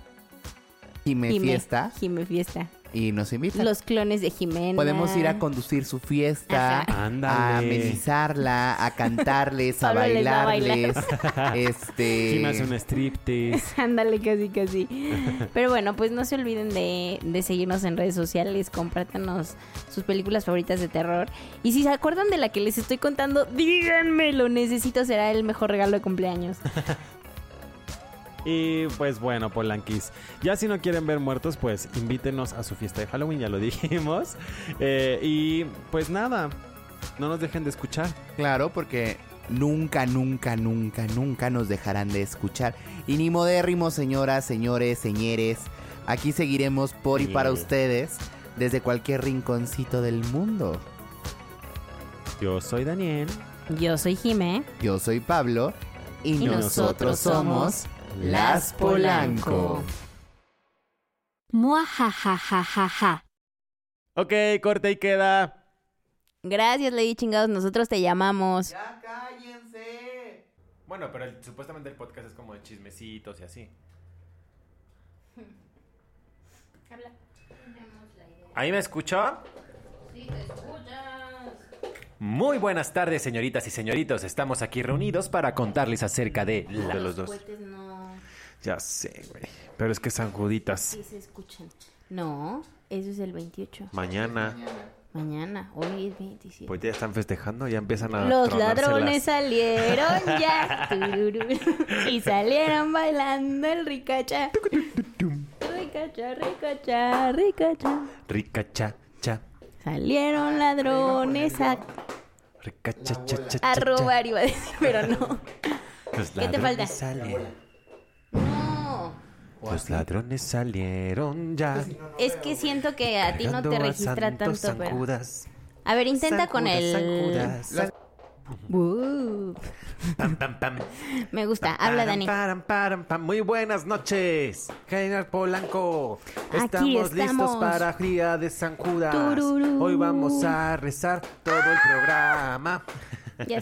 S3: Jime
S4: Jime-
S3: Fiesta
S4: Jime fiesta.
S3: y nos invitan.
S4: Los clones de Jimena.
S3: Podemos ir a conducir su fiesta,
S4: Ajá.
S3: a
S2: Ándale.
S3: amenizarla, a cantarles, a
S4: Pablo les va a bailar.
S3: bailarles. este.
S2: Jimé hace un striptease.
S4: Ándale, casi, casi. Pero bueno, pues no se olviden de, de seguirnos en redes sociales, compártanos sus películas favoritas de terror. Y si se acuerdan de la que les estoy contando, díganme, lo necesito, será el mejor regalo de cumpleaños.
S2: Y pues bueno, Polanquis. Ya si no quieren ver muertos, pues invítenos a su fiesta de Halloween, ya lo dijimos. Eh, y pues nada, no nos dejen de escuchar.
S3: Claro, porque nunca, nunca, nunca, nunca nos dejarán de escuchar. Y ni modérrimo, señoras, señores, señores. Aquí seguiremos por y para
S2: Sí.
S3: ustedes desde cualquier rinconcito del mundo.
S2: Yo soy Daniel.
S4: Yo soy Jimé.
S3: Yo soy Pablo y,
S4: Y
S3: nosotros
S4: nosotros
S3: somos Las Polanco.
S1: Mua ja ja ja ja ja.
S2: Ok, corte y queda.
S4: Gracias, Lady Chingados. Nosotros te llamamos.
S3: Ya cállense.
S2: Bueno, pero supuestamente el podcast es como de chismecitos y así. ¿Ahí me escuchó? Muy buenas tardes, señoritas y señoritos. Estamos aquí reunidos para contarles acerca de, la- de los dos.
S4: no,
S2: Ya sé, güey. Pero es que San Juditas.
S4: se escuchan. No, eso es el 28.
S2: Mañana,
S4: Mañana, hoy es 27.
S2: pues ya están festejando, ya empiezan a.
S4: Los
S2: tronárselas.
S4: ladrones salieron ya tururú, y salieron bailando el ricacha. Ricacha, ricacha, ricacha.
S2: Rica cha cha.
S4: Salieron ladrones a,
S2: Rica cha cha cha. cha,
S4: a
S2: cha.
S4: robar, iba a decir, pero no.
S2: Los
S4: ¿Qué te
S2: ladrones
S4: falta?
S2: salieron.
S4: No.
S2: Los ladrones salieron ya.
S4: Es que siento que Pues a ti no te
S2: cargando a
S4: registra
S2: Santo
S4: tanto.
S2: San
S4: Pero...
S2: Judas.
S4: A ver, intenta
S2: San
S4: con
S2: Judas,
S4: el.
S2: San Judas.
S4: Buh.
S2: Pam, pam, pam.
S4: Me gusta. Habla,
S2: Param,
S4: Dani.
S2: param, param, pam. Muy buenas noches, Javier Polanco.
S4: Aquí
S2: Estamos, listos
S4: estamos.
S2: para Fría de San Judas.
S4: Tururú.
S2: Hoy vamos a rezar todo el programa.
S4: Ya